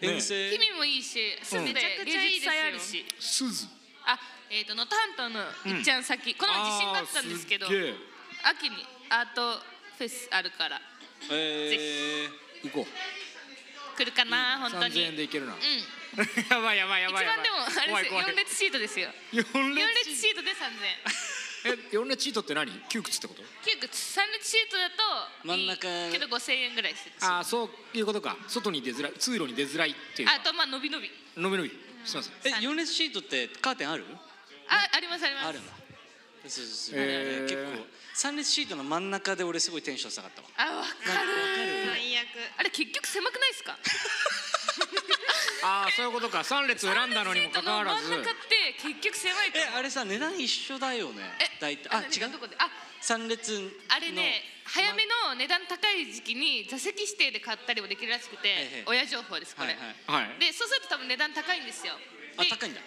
S4: 遠征、
S7: 君もいいし住んで
S3: めちゃくちゃい
S7: 芸
S3: いですよ
S7: 術祭あるし
S6: すず
S7: あえっ、と能登半島のいっちゃん先、この前地震があったんですけど
S6: あーげえ
S7: 秋にアートフェスあるから
S4: え
S6: 行こ
S7: 来るかな本
S6: う
S7: 当に
S6: 3000円で行けるな
S7: うん
S6: やばいやばいや
S7: 一番でもあれですよ4
S6: 四
S7: 列シートですよ
S6: 4
S7: 4
S6: 列
S7: 列シートで3000
S6: え4列シートって何窮屈ってこと
S7: 円9屈3列シートだといい
S4: 真ん中
S7: けど5000円ぐらいする
S6: ああそういうことか外に出づらい通路に出づらいっていうか
S7: あとまあ伸び伸び
S6: のびのびすいません
S4: ー、え4列シートってカーテンある
S7: あありますあります
S4: あるんだそうそうそう、
S6: えー
S4: 結構3列シートの真ん中で俺すごいテンション下がったわ
S7: あわかる
S3: 最悪
S7: あれ結局狭くないですか
S6: ああそういうことか3列選んだのにもかかわらず
S7: 三列シートの真ん中って結局狭いと思う
S4: えあれさ値段一緒だよね大体あ
S7: あのね
S4: 違う
S7: どこであ
S4: 3列の
S7: あれね早めの値段高い時期に座席指定で買ったりもできるらしくて、
S4: ええ
S7: 親情報ですこれ、
S4: はいはい
S6: はい
S7: でそうすると多分値段高いんですよ
S4: あ
S7: で
S4: 高いんだ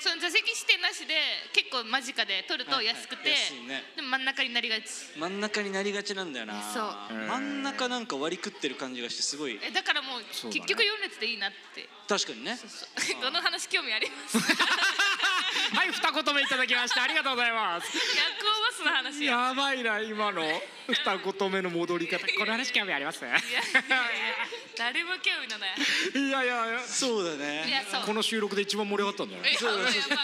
S7: その座席指定なしで結構間近で取ると
S4: はいはい
S7: 安くて、
S4: 安いね
S7: でも真ん中になりがち
S4: 真ん中になりがちなんだよな
S7: そう
S4: 真ん中なんか割り食ってる感じがしてすごい
S7: えだからもう
S6: うだね
S7: 結局4列でいいなって
S4: 確かにね
S7: そうこの話興味あります夜行
S6: はい二言目いただきましたありがとうございます
S7: バスの話いや
S6: やばいな今の二言目の戻り方 この話興味あります
S7: 誰も興味のない
S6: いやいやいや
S4: そうだね
S7: いやそう
S6: この収録で一番盛り上がったんじゃない
S7: えあのやばい盛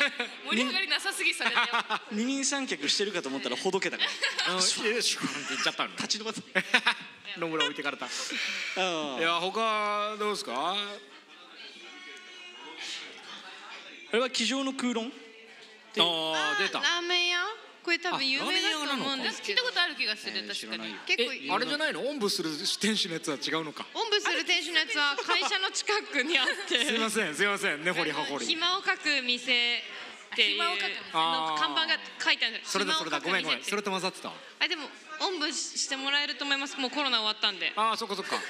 S7: り上がりなさすぎ それでも
S4: 二人三脚してるかと思ったらほどけたから
S6: うんえシューンって言っちゃったの
S4: 立ち止まった
S6: 野村置いてかれた
S4: あ
S6: いや他どうですか
S4: れは机上の空論
S6: あー出た
S3: ラーメン屋これ多分有名だと思うん
S7: な
S3: で
S7: んか
S3: す
S7: 聞
S3: け
S7: い
S3: ど
S7: たことある気がする、確かに
S3: 結構
S6: あれじゃないのおんぶする天使のやつは違うのか
S3: おんぶする店主のやつは会社の近くにあっ
S6: すい
S3: て
S6: ませんすいませんねほりはほり
S3: 暇をかく店っていう
S7: 暇をかく店
S3: あの看板が書いてあるんです
S6: それだそれだごめんごめんそれ
S3: れ
S6: と混ざってたわ
S3: あでもおんぶしてもらえると思いますもうコロナ終わったんで
S6: ああそっかそっか
S3: う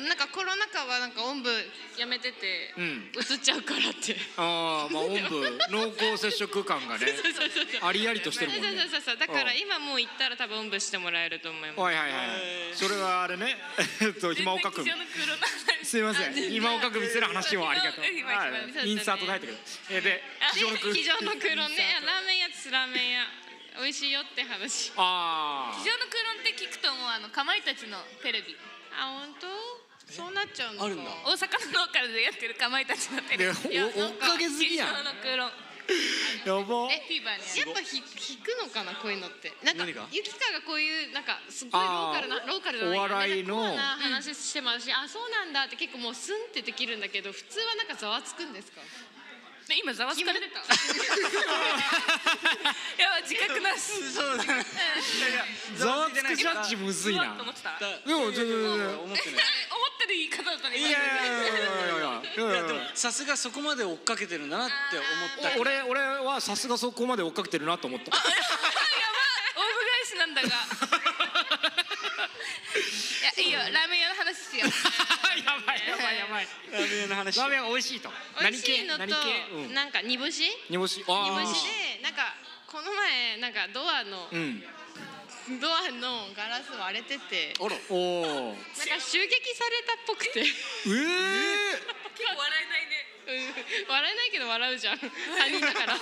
S3: んなんかコロナ禍はなんかおんぶやめてて
S6: うん
S3: うつっちゃうから って
S6: ああまあおんぶ濃厚接触感 がねありありとしてるもんね
S3: そうそうそうそうだから今もう行ったら多分おんぶしてもらえると思います
S6: はいはいはいそれはあれね えっと暇をかく
S7: 全然貴重な黒の
S6: すいま せん暇をかく見せる話をありがとう
S7: 暇暇
S6: は
S7: そ
S6: い
S7: うだね
S6: インサート書いてくるえーで非常の空
S3: 非常の黒ね ラーメン屋ですラーメン屋美味しいよって話
S6: あ
S7: 非常の空論って聞くともうあのかまいたちのテレビ
S3: あ本当そうなっちゃうのか
S4: あるんだ
S7: 大阪のローカルでやってるかまいたちのテレビ
S6: いやお追っかけすぎやん
S7: 非常の空論
S6: あやば
S7: えフィーバーにあ
S3: や
S7: る
S3: っぱひ引くのかなこういうのってなんか
S4: 何が
S3: ゆきかがこういうなんかすごいローカルな
S6: あー
S3: ローカルじゃない
S6: お笑い
S3: な
S6: の
S3: んかコアな話してますし、あそうなんだって結構もうスンってできるんだけど普通はなんかざわつくんですか
S7: ね今ざわつ かれてたやばい自覚なし
S4: そうだね
S6: ざわつくジャッジむずいう
S7: わ
S6: な
S7: っと思ってたあれ
S6: でも全然全然
S4: 思って
S7: 思ってる言い方だったね
S6: いやいやいやいやいやいやいや
S7: 今
S4: ないいや でもさすがそこまで追っかけてるんだなって思った
S6: 俺俺はさすがそこまで追っかけてるなと思った
S7: オウム返しなんだがいやいいよラーメン屋の話しよう
S6: やばいやばいやばい
S4: ラーメン屋の話
S6: ラーメン美味しいと
S3: 美味しいのと
S6: 何系何系うん
S3: なんか煮干し
S6: 煮干し
S3: 煮
S6: あ
S3: 干
S6: ー
S3: しでなんかこの前なんかドアの、
S6: うん
S3: ドアのガラス割れてて
S6: あらおおー
S3: なんか襲撃されたっぽくてうん
S6: えー
S7: 今日笑えない ね
S3: 笑えないけど笑うじゃん他人だから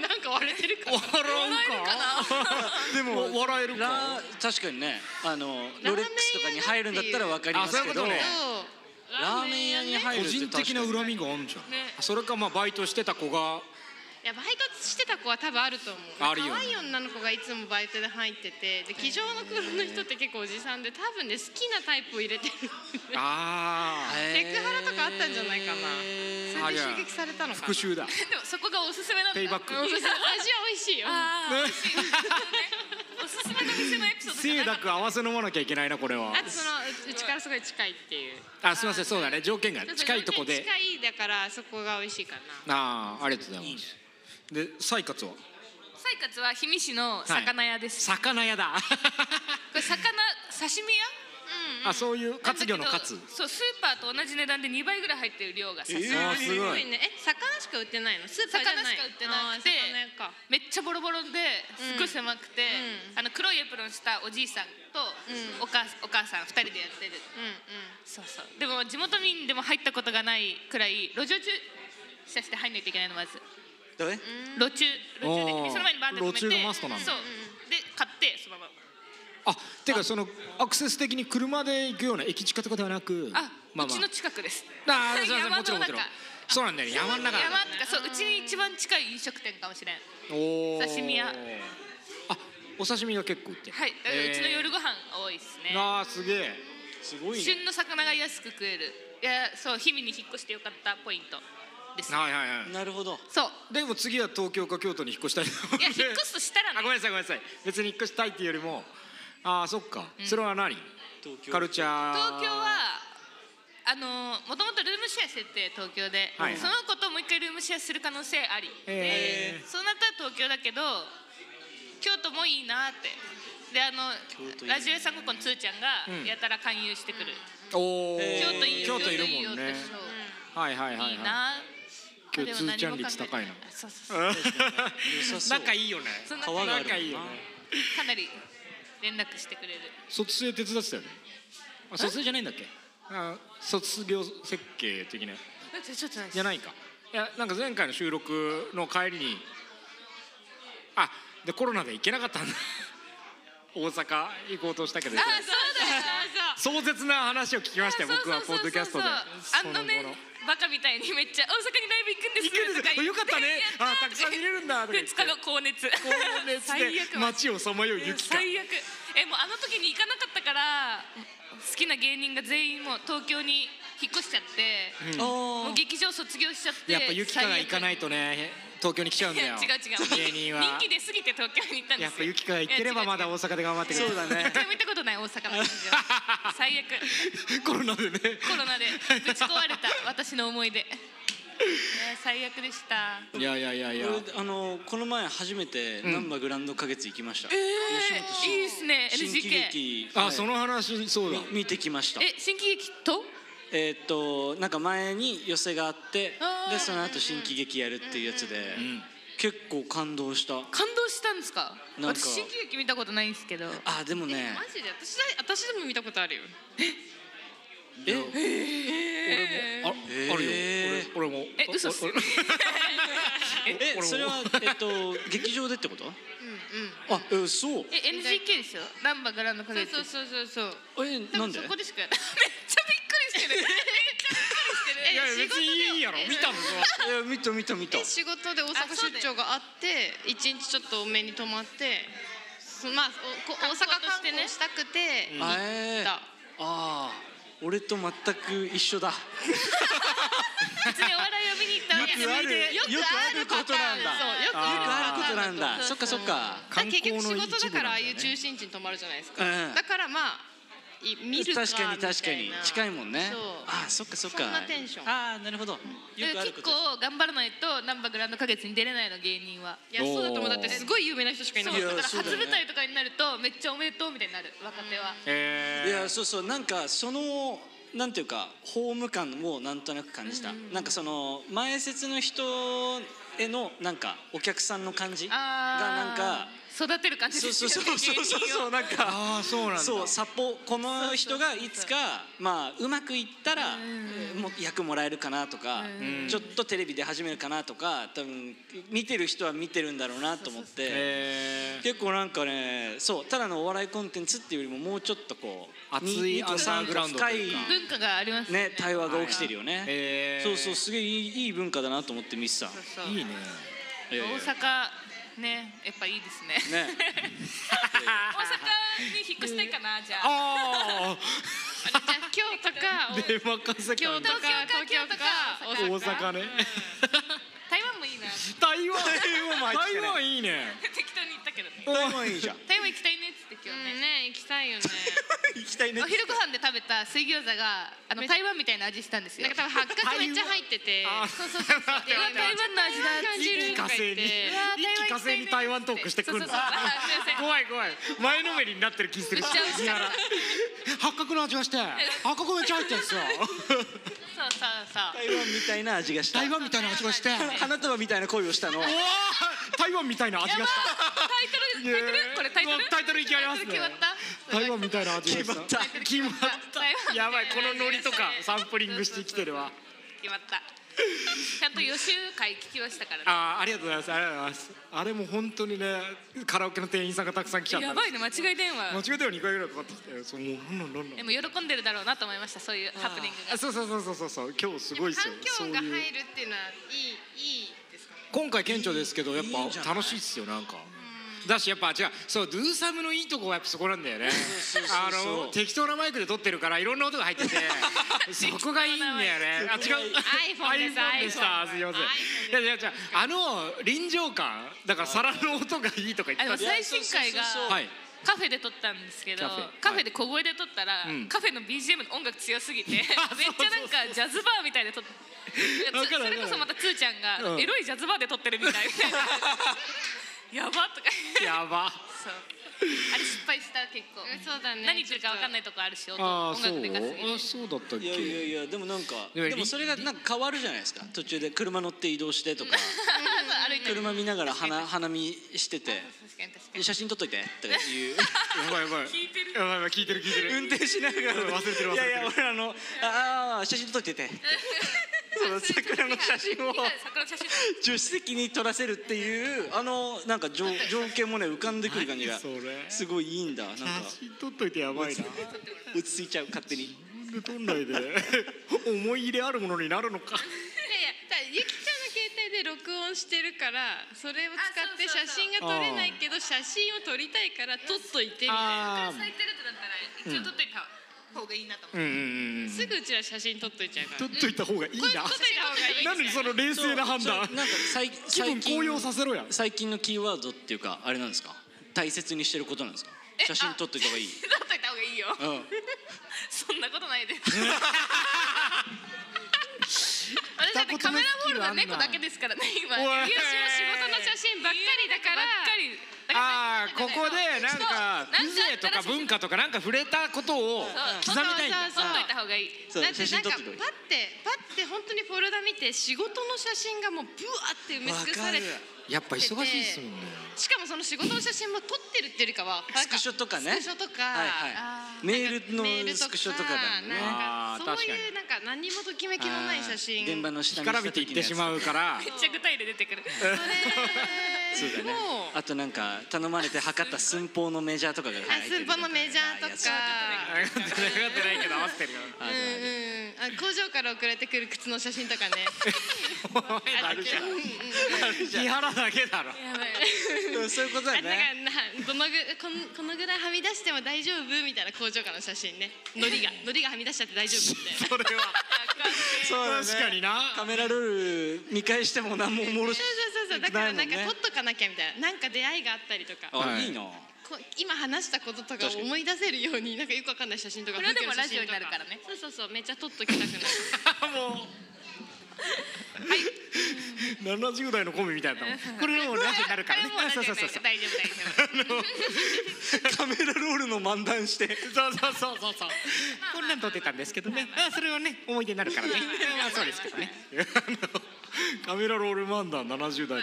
S3: なんか割れてるから
S6: 笑うんかでも笑える
S4: ラ
S6: か
S4: ー確かにねあの
S3: メン屋だっていう
S4: ロレックスとかに入るんだったらわかりますけ
S6: あそ
S4: ど
S6: ういうことね
S3: そう
S4: ラーメン屋に入
S6: 個
S4: るって
S6: 人的な
S4: 確かに
S6: 恨みがあんじゃんそれかまあバイトしてた子が
S3: いやバイトしてた子は多分あると思う
S6: あるよね
S3: 可愛い女の子がいつもバイトで入っててで机上の黒の人って結構おじさんで多分ね好きなタイプを入れてる
S6: あー
S3: セクハラとかあったんじゃないかな
S4: へ
S3: それで襲撃されたのかな
S6: 復讐 だ
S7: でもそこがおすすめなんだ
S6: ペイバック
S3: うん 味は美味しいよあ
S7: あー美味しいおすすめの店のエピソードじゃ
S6: 清
S7: なかっ
S6: 濁合わせ飲まなきゃいけないなこれは
S3: とそのううちからすごい近いっていう
S6: あすいませんそうだね条件が近いとこで
S3: 近いだからそこが美味しいかな
S6: ああありがとうございますで再活は
S7: イカツは氷見市の魚屋です、
S8: 魚屋だ
S7: これ魚刺身屋
S6: あそういう活魚の
S7: なんだ
S6: 活
S7: けどそうスーパーと同じ値段で2倍ぐらい入ってる量が刺身、
S6: あーす
S3: す
S6: ご
S3: ご
S6: い
S3: いねえ魚しか売ってないのスーパーじゃない
S7: 魚しか売ってなくて
S3: あー魚屋か
S7: めっちゃボロボロですっごい狭くて、
S3: うん
S7: あの黒いエプロンしたおじいさんと
S3: う
S7: お母,、お母さん2人でやってる
S3: うんうん
S7: そうそうでも地元民でも入ったことがないくらい路上駐車して入んないといけないのまず
S4: だね
S7: 路中路中で
S6: あー
S7: でその前にバーンって止めて
S6: 路中がマストなんだ
S7: そうで買ってそのまま
S6: あてかそのアクセス的に車で行くような駅近とかではなく
S7: あ、
S6: まあ
S7: うちの近くです
S6: まああーすいません
S7: 山の
S6: もちろんもちろん
S7: 中
S6: そうなんだよね山の中
S7: 山ってかそううちに一番近い飲食店かもしれん
S6: おー
S7: 刺身屋
S6: あお刺身が結構売って
S7: はい、だからうちの夜ご飯多いですね。
S6: ああすげえ
S4: すごいね
S7: 旬の魚が安く食える。いや、そう、日々に引っ越してよかったポイントです。
S6: はいはいは
S4: なるほど
S7: そう。
S6: いでも次は東京か京都に引っ越したい
S7: いや、引っ越すとしたら
S6: あご
S7: ね。
S6: めんなさいごめんなさい別に引っ越したいっていうよりもああそっか、それは何
S4: 東京
S6: カルチャー
S7: 東京は。あのもともとルームシェアしてて東京で、
S6: はい
S7: その子ともう一回ルームシェアする可能性あり
S6: へ
S7: でそうなったら東京だけど京都もいいなってであのラジオ屋さんごっこのつーちゃんが
S6: ん
S7: やたら勧誘してくる、
S6: おお
S7: 京都いいよ
S6: 京都いる
S7: 京
S6: もんね
S7: 都いいよって
S6: はいはいはい
S7: そういい
S6: は
S7: なでも何も
S6: 今日通ちゃん率高いな
S7: 考えてそうそうそう
S6: い 仲いいよね
S7: そんな
S4: 川があるもんな
S6: 仲いいよね
S7: かなり連絡してくれる
S6: 卒生手伝ってたよねあ卒生じゃないんだっけあ卒業設計的な
S7: ちょっと
S6: じゃないかいやなんか前回の収録の帰りにあでコロナで行けなかったんだ 大阪行こうとしたけど
S7: あそう
S6: 壮絶な話を聞きましたよ
S7: だ
S6: 僕はポ
S7: そうそうそう
S6: ッドキャストで
S7: そうそうそうあのね
S6: そ後
S7: バカみたいにめっちゃ大阪にライブ行くんです
S6: 行くんです
S7: と言
S6: よかったね
S7: や
S6: あ
S7: ー
S6: たくさん見れるんだとか
S7: で
S6: 言 っ
S7: 2
S6: て
S7: 日が高熱高
S6: 熱 で
S7: 最悪
S6: 街をさまよう雪か
S7: 最悪えもうあの時に行かなかったから好きな芸人が全員もう東京に引っ越しちゃって、もう劇場卒業しちゃって
S6: やっぱ雪かが行かないいとね東京に来ちゃうんだ
S7: や
S6: よ
S7: 違う違う
S6: 芸人は
S7: 人気で過ぎて東京に行ったんですよ
S6: やっぱ雪かが行ってればまだ
S7: いや違う違う
S6: 大阪で頑張ってくれる
S4: そうだね
S7: 一回も行ったことない大阪の感じは最悪
S6: コロナでね
S7: コロナでぶち壊れた私の思い出いや最悪でした
S6: いやいやいやいや
S4: 俺あのこの前初めて難波グランド花月行きました、
S7: いいですね
S4: 新喜
S7: NGK
S4: 劇
S6: あ
S4: はい
S6: その話そうだ
S4: 見てきました
S7: え新喜劇と
S4: えーっとなんか前に寄せがあって
S7: あー
S4: でその後新喜劇やるっていうやつで、結構感動した
S7: 感動したんですか
S4: なんか
S7: 私新喜劇見たことないんですけど
S4: あでもね
S3: マジで私だ私でも見たことあるよ
S4: え
S6: あ
S4: ー
S6: あるよ俺俺も
S7: え嘘っす
S6: 俺
S4: えそれはえーっと劇場でってことあえーそう
S7: え NGK ですよナンバーグランドカレッ
S3: そうそうそうそうそう
S4: えなんで
S7: そこでしか やらめっちゃびっくりしてるめっちゃびっくりしてる
S6: いや別にいいやろ見たもん
S4: いや見た見た見た
S3: で仕事で大
S7: あそう
S3: 阪
S7: だ
S3: 出
S7: よ
S3: 張があって一日ちょっと多めに泊まってそまあおこ大阪
S7: 観光と
S3: 観
S7: してね
S3: 光したくて行
S4: あ
S3: っ
S4: えー
S3: た
S4: あー俺と全く一緒だ
S7: 別にお笑いを見に行ったわけじゃない
S4: よくあることなんだ
S3: そうよく
S4: よく
S3: あ
S4: あ
S3: る
S4: ることなんだそっかそっか
S3: だから結局仕
S6: 観光の一部なんだ
S3: 事
S6: よ
S3: だ
S6: ね
S3: からああいう中心地に泊まるじゃないですか、
S4: うん
S3: だからまあい見るか
S4: 確かに確かに
S3: みたいな
S4: 近いもんね
S3: そう
S4: あーそっかそっか
S3: そんなテンション
S4: ああなるほどよくある
S7: 結
S4: こと
S7: 構頑張らないとナンバーグランド花月に出れないの芸人はい
S3: やそうだと思うだってすごい有名な人しかいな
S7: そう
S3: かっ
S7: だ
S3: た
S7: から
S4: そうだ
S7: 初
S4: よね
S7: 舞台とかになるとめっちゃおめでとうみたいになる若手は、
S6: え
S4: いやそうそうなんかそのなんていうかホーム感をなんとなく感じた、なんかその前説の人へのなんかお客さんの感じが
S7: あー
S4: なんか
S7: 育てる感じ
S4: そう
S7: です
S4: そう
S7: よね
S4: そうそうそうそう
S7: 芸人を
S4: なんか
S6: ああそうなんだ
S4: そうサポこの人がいつかまあうまくいったらも役もらえるかなとかちょっとテレビ出始めるかなとか多分見てる人は見てるんだろうなと思って。
S6: え
S4: 結構なんかねそうただのお笑いコンテンツっていうよりももうちょっとこう
S6: 熱い
S4: に
S6: アンダーグラウンドと
S4: 深
S6: いう
S4: い
S6: か
S7: 文化がありますよ
S4: ね対話が起きてるよね、
S6: え
S4: そうそうすげえいいいい文化だなと思って見てた、
S7: そう
S6: いいね
S4: ええ
S7: 大阪ねやっぱいいですね
S4: ね
S7: 大阪に引っ越したいかなじゃあ
S6: ああ
S3: じゃあ京都か
S6: 出任せ
S3: 京
S6: 感
S3: 都か
S6: だ
S3: 東京
S7: 大
S3: か
S6: 大阪ね
S7: 台湾も いいな
S6: 台湾台湾いいね
S7: 適当に言ったけどね
S6: 台湾いいじゃん
S7: 台湾行きたいねっつって今
S3: う
S7: 日
S3: ん
S7: ね、
S3: ね行きたいよね
S8: 行きたいね
S7: お昼ご飯で食べた水餃子があの台湾みたいな味したんですよ
S3: なんか多分八角めっちゃ入ってて
S6: あ
S3: そうそうそうそう
S7: でうわ台湾の味だ
S3: 感じるとか言って
S6: 一気火星に台湾トークしてくんだ
S7: そうそうそう
S6: 怖い怖い前のめりになってる気す
S7: め
S6: る
S7: っちゃ美味 しかった
S6: 八角の味がして八角めっちゃ入ってるんですよ
S7: そうそうそう
S4: 台湾みたいな味がした
S6: 台湾みたいな味がして
S4: 花束みたいな恋をしたの
S6: おー台湾みたいな味がした
S7: タイトルタイトルこれタイトル
S6: タイトルいきありますね
S7: タイトル決まった
S6: 台湾みたいな味がした
S4: 決まった
S6: 決まった
S7: 台湾
S6: やばいこのノリとか
S7: そう
S6: サンプリングしてきてるわ
S7: 決まったちゃんと予習会聞きましたからね
S6: あーありがとうございますありがとうございますあれも本当にねカラオケの店員さんがたくさん来ちゃった
S7: やばいね間違い電
S6: 間
S7: 話
S6: 違えたよ2回ぐらいかかってきてそうもうなんなんなんなん
S7: でも喜んでるだろうなと思いましたそういうハプニングが
S6: あそうそうそうそうそうそう今日すごいですよ
S3: 環
S6: そう
S3: 境
S6: い
S3: 音
S6: う
S3: が入るっていうのはいいいいですか
S6: 今回顕著ですけどやっぱ楽しいっすよなんかだしやっぱ違うそうドゥーサムのいいとこはやっぱそこなんだよねあの適当なマイクで撮ってるからいろんな音が入っててそこがいいんだよねあ
S3: iPhone
S6: 違う
S3: です
S6: iPhone でしたすいませんいやいや違うあの臨場感だから皿の音がいいとか
S7: あ
S6: 言っ
S7: で
S6: て
S7: も最
S6: ました
S7: 新回が
S6: はい
S7: カフェで撮ったんですけど
S6: カフェはい
S7: カフェで小声で撮ったら、
S6: うん
S7: カフェの BGM の音楽強 すぎてめっちゃなんかジャズバーみたいで撮って
S6: わかるわかる
S7: それこそまたつーちゃんが、
S6: うん
S7: エロいジャズバーで撮ってるみたいみたいな やばとか言って
S6: やば
S7: そうあれ失敗した結構、
S3: そうだね
S7: 何言ってるか分かんないとこあるし音
S6: あー
S7: 音
S6: そう
S7: 楽でかすぎ
S6: あ
S7: て
S6: そうだったっ
S4: いやいや
S6: け
S4: いやでもなんか
S6: でも
S4: でもそれがなんか変わるじゃないですか途中で車乗って移動してと か
S7: 歩いてる
S4: 車見ながら花花見してて
S7: 確かに 確かに
S4: 写真撮っといてとかいう
S6: やばいやばい
S7: 聞いてる
S6: やばいやばい聞いてる聞いてる
S4: 運転しながら
S6: うん忘れてる忘れてる
S4: いやいや俺あのああ写真撮っといてってその桜の写真を
S7: 桜の写真
S4: 助手席に撮らせるっていうあのなんか情情景もね浮かんでくる感じが
S6: 何それ
S4: すごいいいんだなんか
S6: 写真撮っといてやばいな
S4: 落ち着いちゃう勝手に
S6: で撮んないで 思い入れあるものになるのか
S3: いやいやだからゆきちゃんの携帯で録音してるからそれを使って写真が撮れないけど写真を撮りたいから撮っといてみたいな
S6: あ
S7: 咲いてるってなったら一応撮っといた方がいいなと思って
S6: うんうんうんうん
S3: すぐうちら写真撮っといちゃうか
S6: 撮
S3: ら
S6: っといた方がいいな
S3: 撮っといた方がいい
S6: なのにその冷静な判
S4: そう
S6: 断
S4: なんか最
S6: 気分
S4: 最近
S6: 高揚させろや
S4: 最近のキーワードっていうかあれなんですか大切にしてることなんですか写真撮っといた方がいい
S7: 撮っといた方がいいよ
S4: うん
S7: そんなことないです。私だってカ
S6: 片
S7: メ
S6: 言の
S7: ラ
S6: スキル
S7: ボール
S6: あ
S7: が
S6: んな
S7: 猫だけですからね今。
S6: おい
S7: 優秀な仕事の写真ばっかりだから。
S6: ああここでなんか
S7: そう
S6: 風情とか文化とかなんか触れたことを刻み
S7: そう
S6: たいんだ
S7: そうそうそう撮っといた方がいい。
S4: そう
S3: だって
S4: 写
S3: な
S4: 真
S3: んか
S4: 撮っ
S3: パッてパ
S4: といた方がいい
S3: ッて本当にフォルダ見て仕事の写真がもうブワーって埋め尽くされて
S4: わか
S6: やっぱ忙しいっすもんね
S3: しかもその仕事の写真も撮ってるっていうよりかはなんか
S4: スクショとかね
S3: スクショとか、
S4: はいは
S3: あ
S4: いメールの
S3: メ
S4: スクショとかだもんね
S3: なんか
S6: あー
S3: そう
S6: 確か
S3: いうなんか何にもときめきのない写真
S4: 現場の下見
S6: 干から
S4: せ
S6: び
S4: た
S6: てい
S4: 時
S6: っ
S4: の
S6: て
S4: やつ
S6: しまうから
S7: めっちゃ具体で出てくる。
S3: それ
S4: そうだね
S3: もう
S4: あとなんか頼まれて測った寸法のメジャーとかが
S3: あ
S4: 入って
S3: 寸
S4: る
S3: 法のメジャーとか
S6: 分かってないけど合わせてる
S4: あ
S3: うん
S4: る
S3: うんあ工場から送られてくる靴の写真とかね
S6: なあるじゃん 木原だけだろ
S4: あるそういうことだ
S3: あだか
S4: ね
S3: らなどのぐこんこのぐらいはみ出しても大丈夫みたいな工場からの写真ねのりがのりがはみ出しちゃって大丈夫みたい な
S6: それは
S4: そうだね
S6: 確かにな
S4: カメラロール見返しても何もおもろし
S3: そうそうそうそうだからなんか
S4: ないもんね
S3: 撮っとかなきゃみたいななんか出会いがあったりとか
S4: あ、
S6: はい
S4: い、いな
S3: こ今話したこととかを思い出せるようになんかよくわかんない写真とか
S7: これはでも
S3: 風景の写真と
S7: ラジオになるからね
S3: そうそうそうめっちゃ撮っときたくなる
S6: 70代のコンビみたいだもんこれでもうラジオになる からね
S7: これはもうラジ
S6: そ
S7: オ
S6: う
S7: にな
S6: そうそ
S7: るから
S6: うそう
S7: 大丈夫大丈夫。
S4: カメラロールの漫談して
S6: そうそうそうそうそう。こんなん撮ってたんですけどね。あそれはね思い出になるからね。まあそうですけどね。カメラロールマンダー70代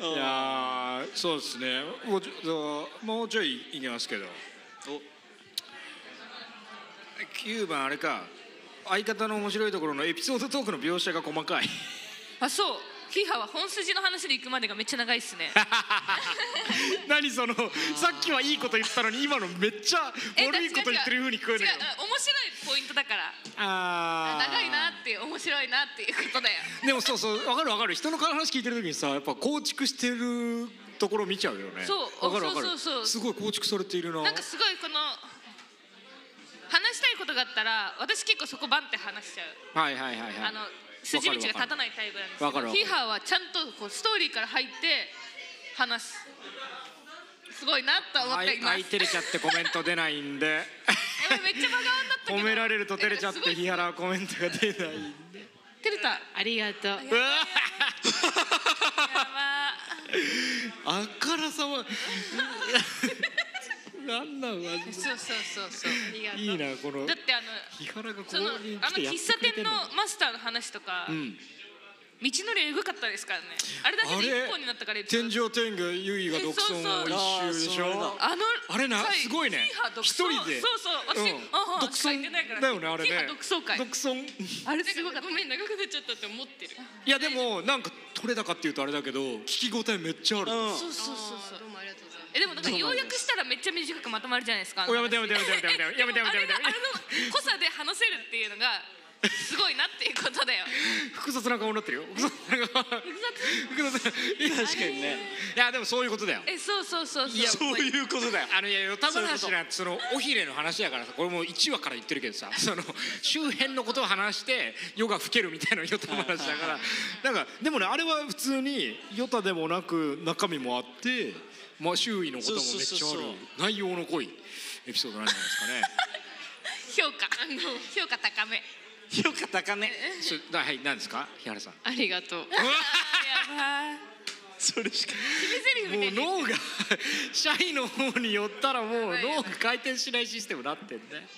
S6: の。いやーそうですね。もうちょもうちょいいきますけど。9番あれか。相方の面白いところのエピソードトークの描写が細かい。
S7: あそう。ヒーハーは本筋の話で行くまでがめっちゃ長いっ すね。
S6: 何そのさっきはいいこと言ってたのに今のめっちゃ悪いこと言ってる風に聞こえるよ
S7: 違う違う。面白いポイントだから。
S6: あー
S7: 長いなっていう面白いなっていうことだよ。
S6: でもそうそうわかるわかる人の話聞いてる時にさやっぱ構築してるところ見ちゃうよね
S7: そう
S6: わかるわかる
S7: そうそうそう
S6: すごい構築されているな
S7: なんかすごいこの話したいことがあったら私結構そこバンって話しちゃう。
S6: はいはいはいはい
S7: あの筋道が立たないタイプなんですけ
S6: わかる
S7: ど
S6: わか
S7: ヒ
S6: る
S7: ーハーはちゃんとこうストーリーから入って話すすごいなと思っています
S6: い照れちゃってコメント出ないんで
S7: やばいめっちゃ真顔になったけど
S6: 褒められると照れちゃって
S7: えすごい
S6: 日原はコメントが出ない
S7: 照れたや
S3: ありがとう。
S6: うわ
S7: ば
S6: あから さまなんなんマジで
S7: そうそうそうそう
S3: ありがとう。
S6: いいなこの
S7: だってあの
S6: 日原がこ
S7: そのあ
S6: こに来て
S7: の
S6: やっ
S7: 喫
S6: て
S7: 茶
S6: くれ
S7: 店
S6: てんの
S7: の
S6: か
S7: マスターの話とか、
S6: ん
S7: 道のりエグかったですからねあれだけで一本になったから
S6: 天上天下ゆいが独尊を一周でし
S4: そうそうあーそ
S6: ょ
S4: う
S7: あの
S6: あれな
S7: はい
S6: すごいね
S7: キーハ独
S6: 一
S7: 走
S6: 人で
S7: そうそう私、
S6: うん
S7: ああ
S6: 独
S7: しか
S6: 尊
S7: 行ってないから
S6: だよねあれ
S7: キーハ
S6: ね
S7: 独走会
S6: 独尊
S7: あれすごかった
S3: ごめん長くなっちゃったって思ってる。
S6: いやでもなんか取れたかっていうとあれだけど聞き応えめっちゃある
S4: うん
S7: そうそうそうそう
S3: どうもありがとうございます。
S7: えでもなんか要約したらめっちゃ短くまとまるじゃないですかあの
S6: おやめてやめてやめてやめてやめてやめ
S7: でもあ
S6: てやめ
S7: れ
S6: てやめて
S7: があの濃さで話せるっていうのがすごいなっていうことだよ
S6: 複雑な顔になってるよ複雑な顔複雑確かにねいやでもそういうことだよ
S7: えそうそうそうそう
S4: そういうことだよ
S6: あのいや与田話なんてその尾ひれの話だからさこれもう1話から言ってるけ どさその周辺のことを話して夜が更けるみたいな与田話 だからなんかでもねあれは普通に与田でもなく中身もあって、まあ、周囲のこともめっち
S4: そう
S6: ゃ
S4: そうそうそ
S6: ある内容の濃いエピソードなんじゃ ないですかね
S7: 評価あの評価高め
S4: よかったかね
S6: そうだはい何ですか日原さん
S3: ありがとう。
S7: やばい
S4: それしか
S7: 決め台詞みたい
S6: もう
S7: に
S6: 脳が社員の方に寄ったらもう脳が回転しないシステムになってんね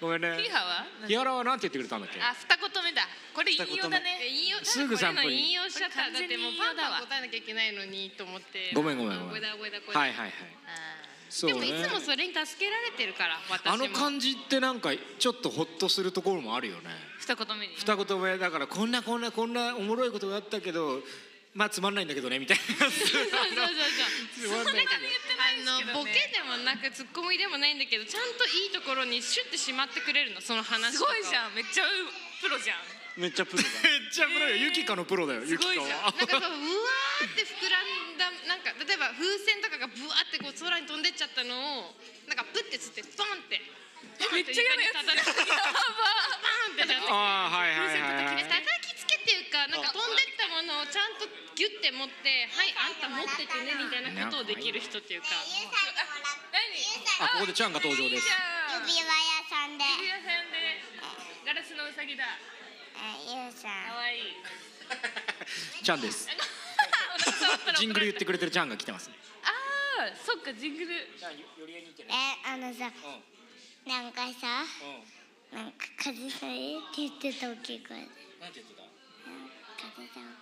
S6: ごめんね
S7: はいピーハは
S6: 日原はなんて言ってくれたんだっけ
S7: あ二言目だこれ引用だね
S3: 引用
S6: すぐ
S3: こ
S6: 散
S3: ういう
S6: 歩
S3: の
S6: に
S3: 引用しちゃった
S7: こ
S3: だって
S7: れ完全に
S3: もう
S7: 引
S3: パ
S7: 用
S3: ン
S7: だわ
S3: パン答えなきゃいけないのにと思って
S6: ごめんごめんご
S3: あ覚
S6: めん
S3: えだ覚えだ覚えだ
S6: はいはいはいそう
S3: でもい
S6: ね
S3: つもそれに助けられてるから私も
S6: あの感じってなんかちょっとホッとするところもあるよね
S7: 二言目に
S6: 二言目だからこんなこんなこんなおもろいことがあったけどまあつまんないんだけどねみたい
S3: そうそうそうそう
S6: な
S3: なんか
S7: ないですけどね
S3: あのボケでもなくツッコミでもないんだけどちゃんといいところにシュッてしまってくれるのその話
S7: す
S3: とか
S7: ごいじゃんめっちゃプロじゃん
S4: めっちゃプロだ
S6: めっちゃプロよ、ゆきかのプロだよゆきか
S7: すごいじゃ
S6: は
S7: ん
S3: なんかそううわーって膨らんだなんか例えば風船とかがブワーってこう空に飛んでっちゃったのをなんかプッてつってボンって
S7: めっちゃ嫌な やつ
S3: バー
S7: だ
S3: ンってじゃん
S6: ああはいはいはいはい
S3: 叩きつけっていうかなんか飛んでったものをちゃんとギュッて持ってはいあんた持っててねみたいなことをできる人っていうか
S11: ゆうさんにもらった
S7: 何
S11: ゆう
S6: あ
S11: さん
S6: ここでちゃんが登場です
S7: じゃあ
S11: 指輪屋さんで
S7: 指輪さんでガラスのうさぎだ
S11: あゆうさ
S7: 可
S11: ん
S7: 愛いい
S6: ちゃんです
S7: お腹触ったら怒られた
S6: ジングル言ってくれてるちゃんが来てます
S7: ああそっかジングル
S11: えあのさなんかさなんか風邪さえって言ってた大きい声で風邪さ大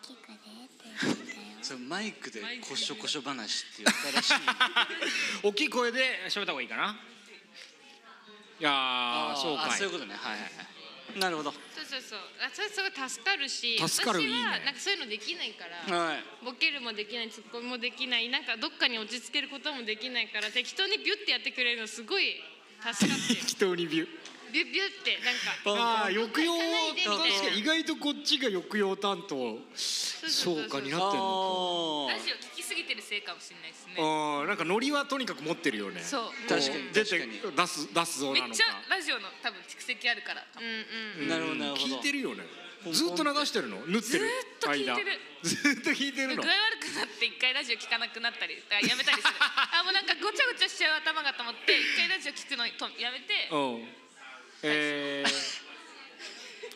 S11: きい声でって言ってたよ
S4: それマイクでこしょこしょ話っていう新 しい
S6: 大きい声で喋った方がいいかないやーそうか
S4: あそうい
S6: いう
S4: ことねはいはいはいなるほど
S3: そうそうそうあそれすごい助かるし
S6: 助かるいいね
S3: 私はなんかそういうのできないから
S4: はい
S3: ボケるもできないツッコミもできないなんかどっかに落ち着けることもできないから適当にビュッてやってくれるのすごい助かってる
S6: 適当にビュー
S3: ビュッビュッてなんか
S6: ああ抑揚
S3: ないでみたいな
S6: 確かに意外とこっちが抑揚担当そうかになってんの
S4: あ
S7: ラジオ聞きすぎてるせいかもしれないです
S6: か
S7: ね
S6: あーなんかノリはとにかく持ってるよね
S7: そう
S4: ー確かに
S6: 出
S4: 確
S6: て
S4: かに
S6: 出す出すぞ
S7: め
S6: な
S7: っ
S6: の
S7: ち
S6: か
S7: ゃラジオの多分蓄積あるからかも
S4: なるほどなるほど
S6: 聞いてるよね
S4: ポンポン
S6: ずっと流してるの縫ってる間 ずっと聞いてる
S7: 具合
S6: の
S7: 悪くなって一回ラジオ聞かなくなったりあやめたり するあもうなんかごちゃごちゃしちゃう頭がと思って一回ラジオ聞くのとやめて
S6: うん えー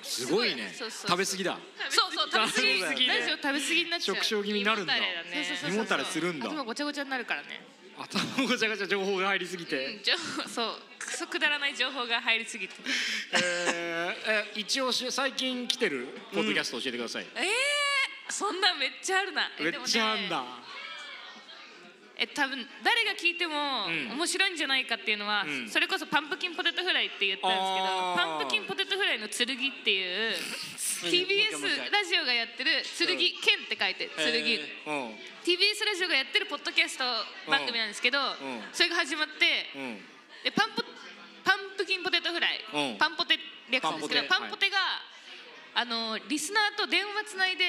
S6: すごいね
S7: そうそうそう
S6: 食べ過ぎだ
S7: そうそう食べ過
S6: 食べ過
S7: ぎ
S6: ぎ
S7: ラジオ食べ過ぎになっちゃう
S6: 食傷気味になるんだ
S3: 胃もたれだね
S7: そうそうそうそう
S6: 胃もたれするんだ
S7: 頭ごちゃごちゃになるからね
S6: 頭ごちゃごちゃ情報が入りすぎて
S7: うん情報そうクソくだらない情報が入りすぎて
S6: えーえ一応し最近来てるポッドキャスト教えてください、
S7: えー、そんなんめっちゃあるなえ
S6: めっちゃあん
S7: でも
S6: だ
S7: ね、え多分誰が聞いても
S6: うん
S7: 面白いんじゃないかっていうのは、
S6: うん
S7: それこそパンプキンポテトフライって言ったんですけど
S6: あ
S7: パ
S6: ー
S7: ンプキンポテトフライの剣っていう TBS ラジオがやってる剣剣って書いて剣、
S6: うん、
S7: TBS ラジオがやってるポッドキャスト番組なんですけど、
S6: ん
S7: それが始まって、
S6: うん、
S7: でパンポパンプキンポテトフライ、
S6: うん
S7: パンポテ略すんですけど
S6: パ
S7: パン
S6: ン
S7: ポ
S6: ポテ
S7: テが、あのリスナーと電話つないで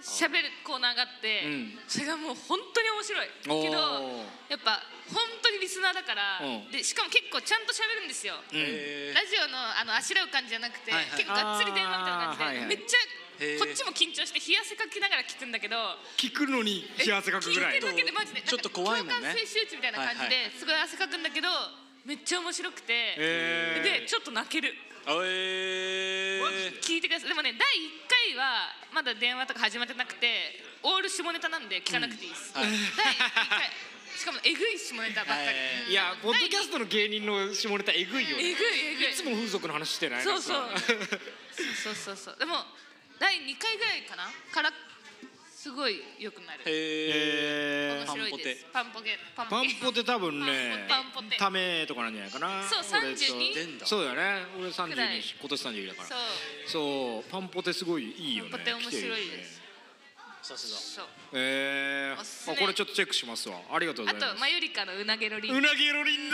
S7: し喋るコーナーがあって、
S8: うん
S7: それがもう本当に面白い
S8: おー
S7: けどやっぱ本当にリスナーだから、
S8: うん
S7: でしかも結構ちゃんと喋るんですよ、
S4: え
S7: ラジオのあのあしらう感じじゃなくて、
S4: はいはい
S7: 結構がっつり電話みたいな感
S8: あーはいはい
S7: じで、めっちゃ
S4: へー
S7: こっちも緊張して冷や汗かきながら聞くんだけど
S6: 聞くのに幸せかくぐら
S7: 聞い
S6: い
S7: てるだけでマジで
S4: ちょっと怖いもん
S7: なんか共
S4: ね
S7: 感性周知みたいな感じ
S4: はい
S7: ですごい汗かくんだけどめっちゃ面白くて、でちょっと泣ける。
S4: ー、えー、
S7: 聞いてくださいでもね第1回はまだ電話とか始まってなくてオール下ネタなんで聞かなくていいです、
S4: はい
S7: 第1回しかもえぐい下ネタばっかり、
S6: いやポッドキャストの芸人の下ネタえぐいよね
S7: え
S6: い
S7: ぐいえぐい
S6: つも風俗の話してない
S7: そうそう
S6: なんか
S7: そうそうそうそうでも第2回ぐらいかなからすごい良くなる
S6: え
S7: 面白いですパンポケパン
S6: ーパ
S7: ポ
S6: ン
S7: ケ
S6: ポテ多分ね
S7: パンポテ
S6: ためとかなんじゃないかな
S7: そう
S6: 俺と
S7: 32
S4: 出んだ
S6: そうだよね俺
S7: くらい
S6: 32今年32だか
S7: そ
S6: らそうパンポテすごいいいよね
S7: パンポテ面白いです
S6: 来てるよね
S4: さす
S7: うそう
S6: えー、
S7: おすすめ
S6: あこれちょっとチェックしますわありがとうご
S7: あ
S6: ざいます
S7: とマユリカのうなげロリン
S6: うなぎロリン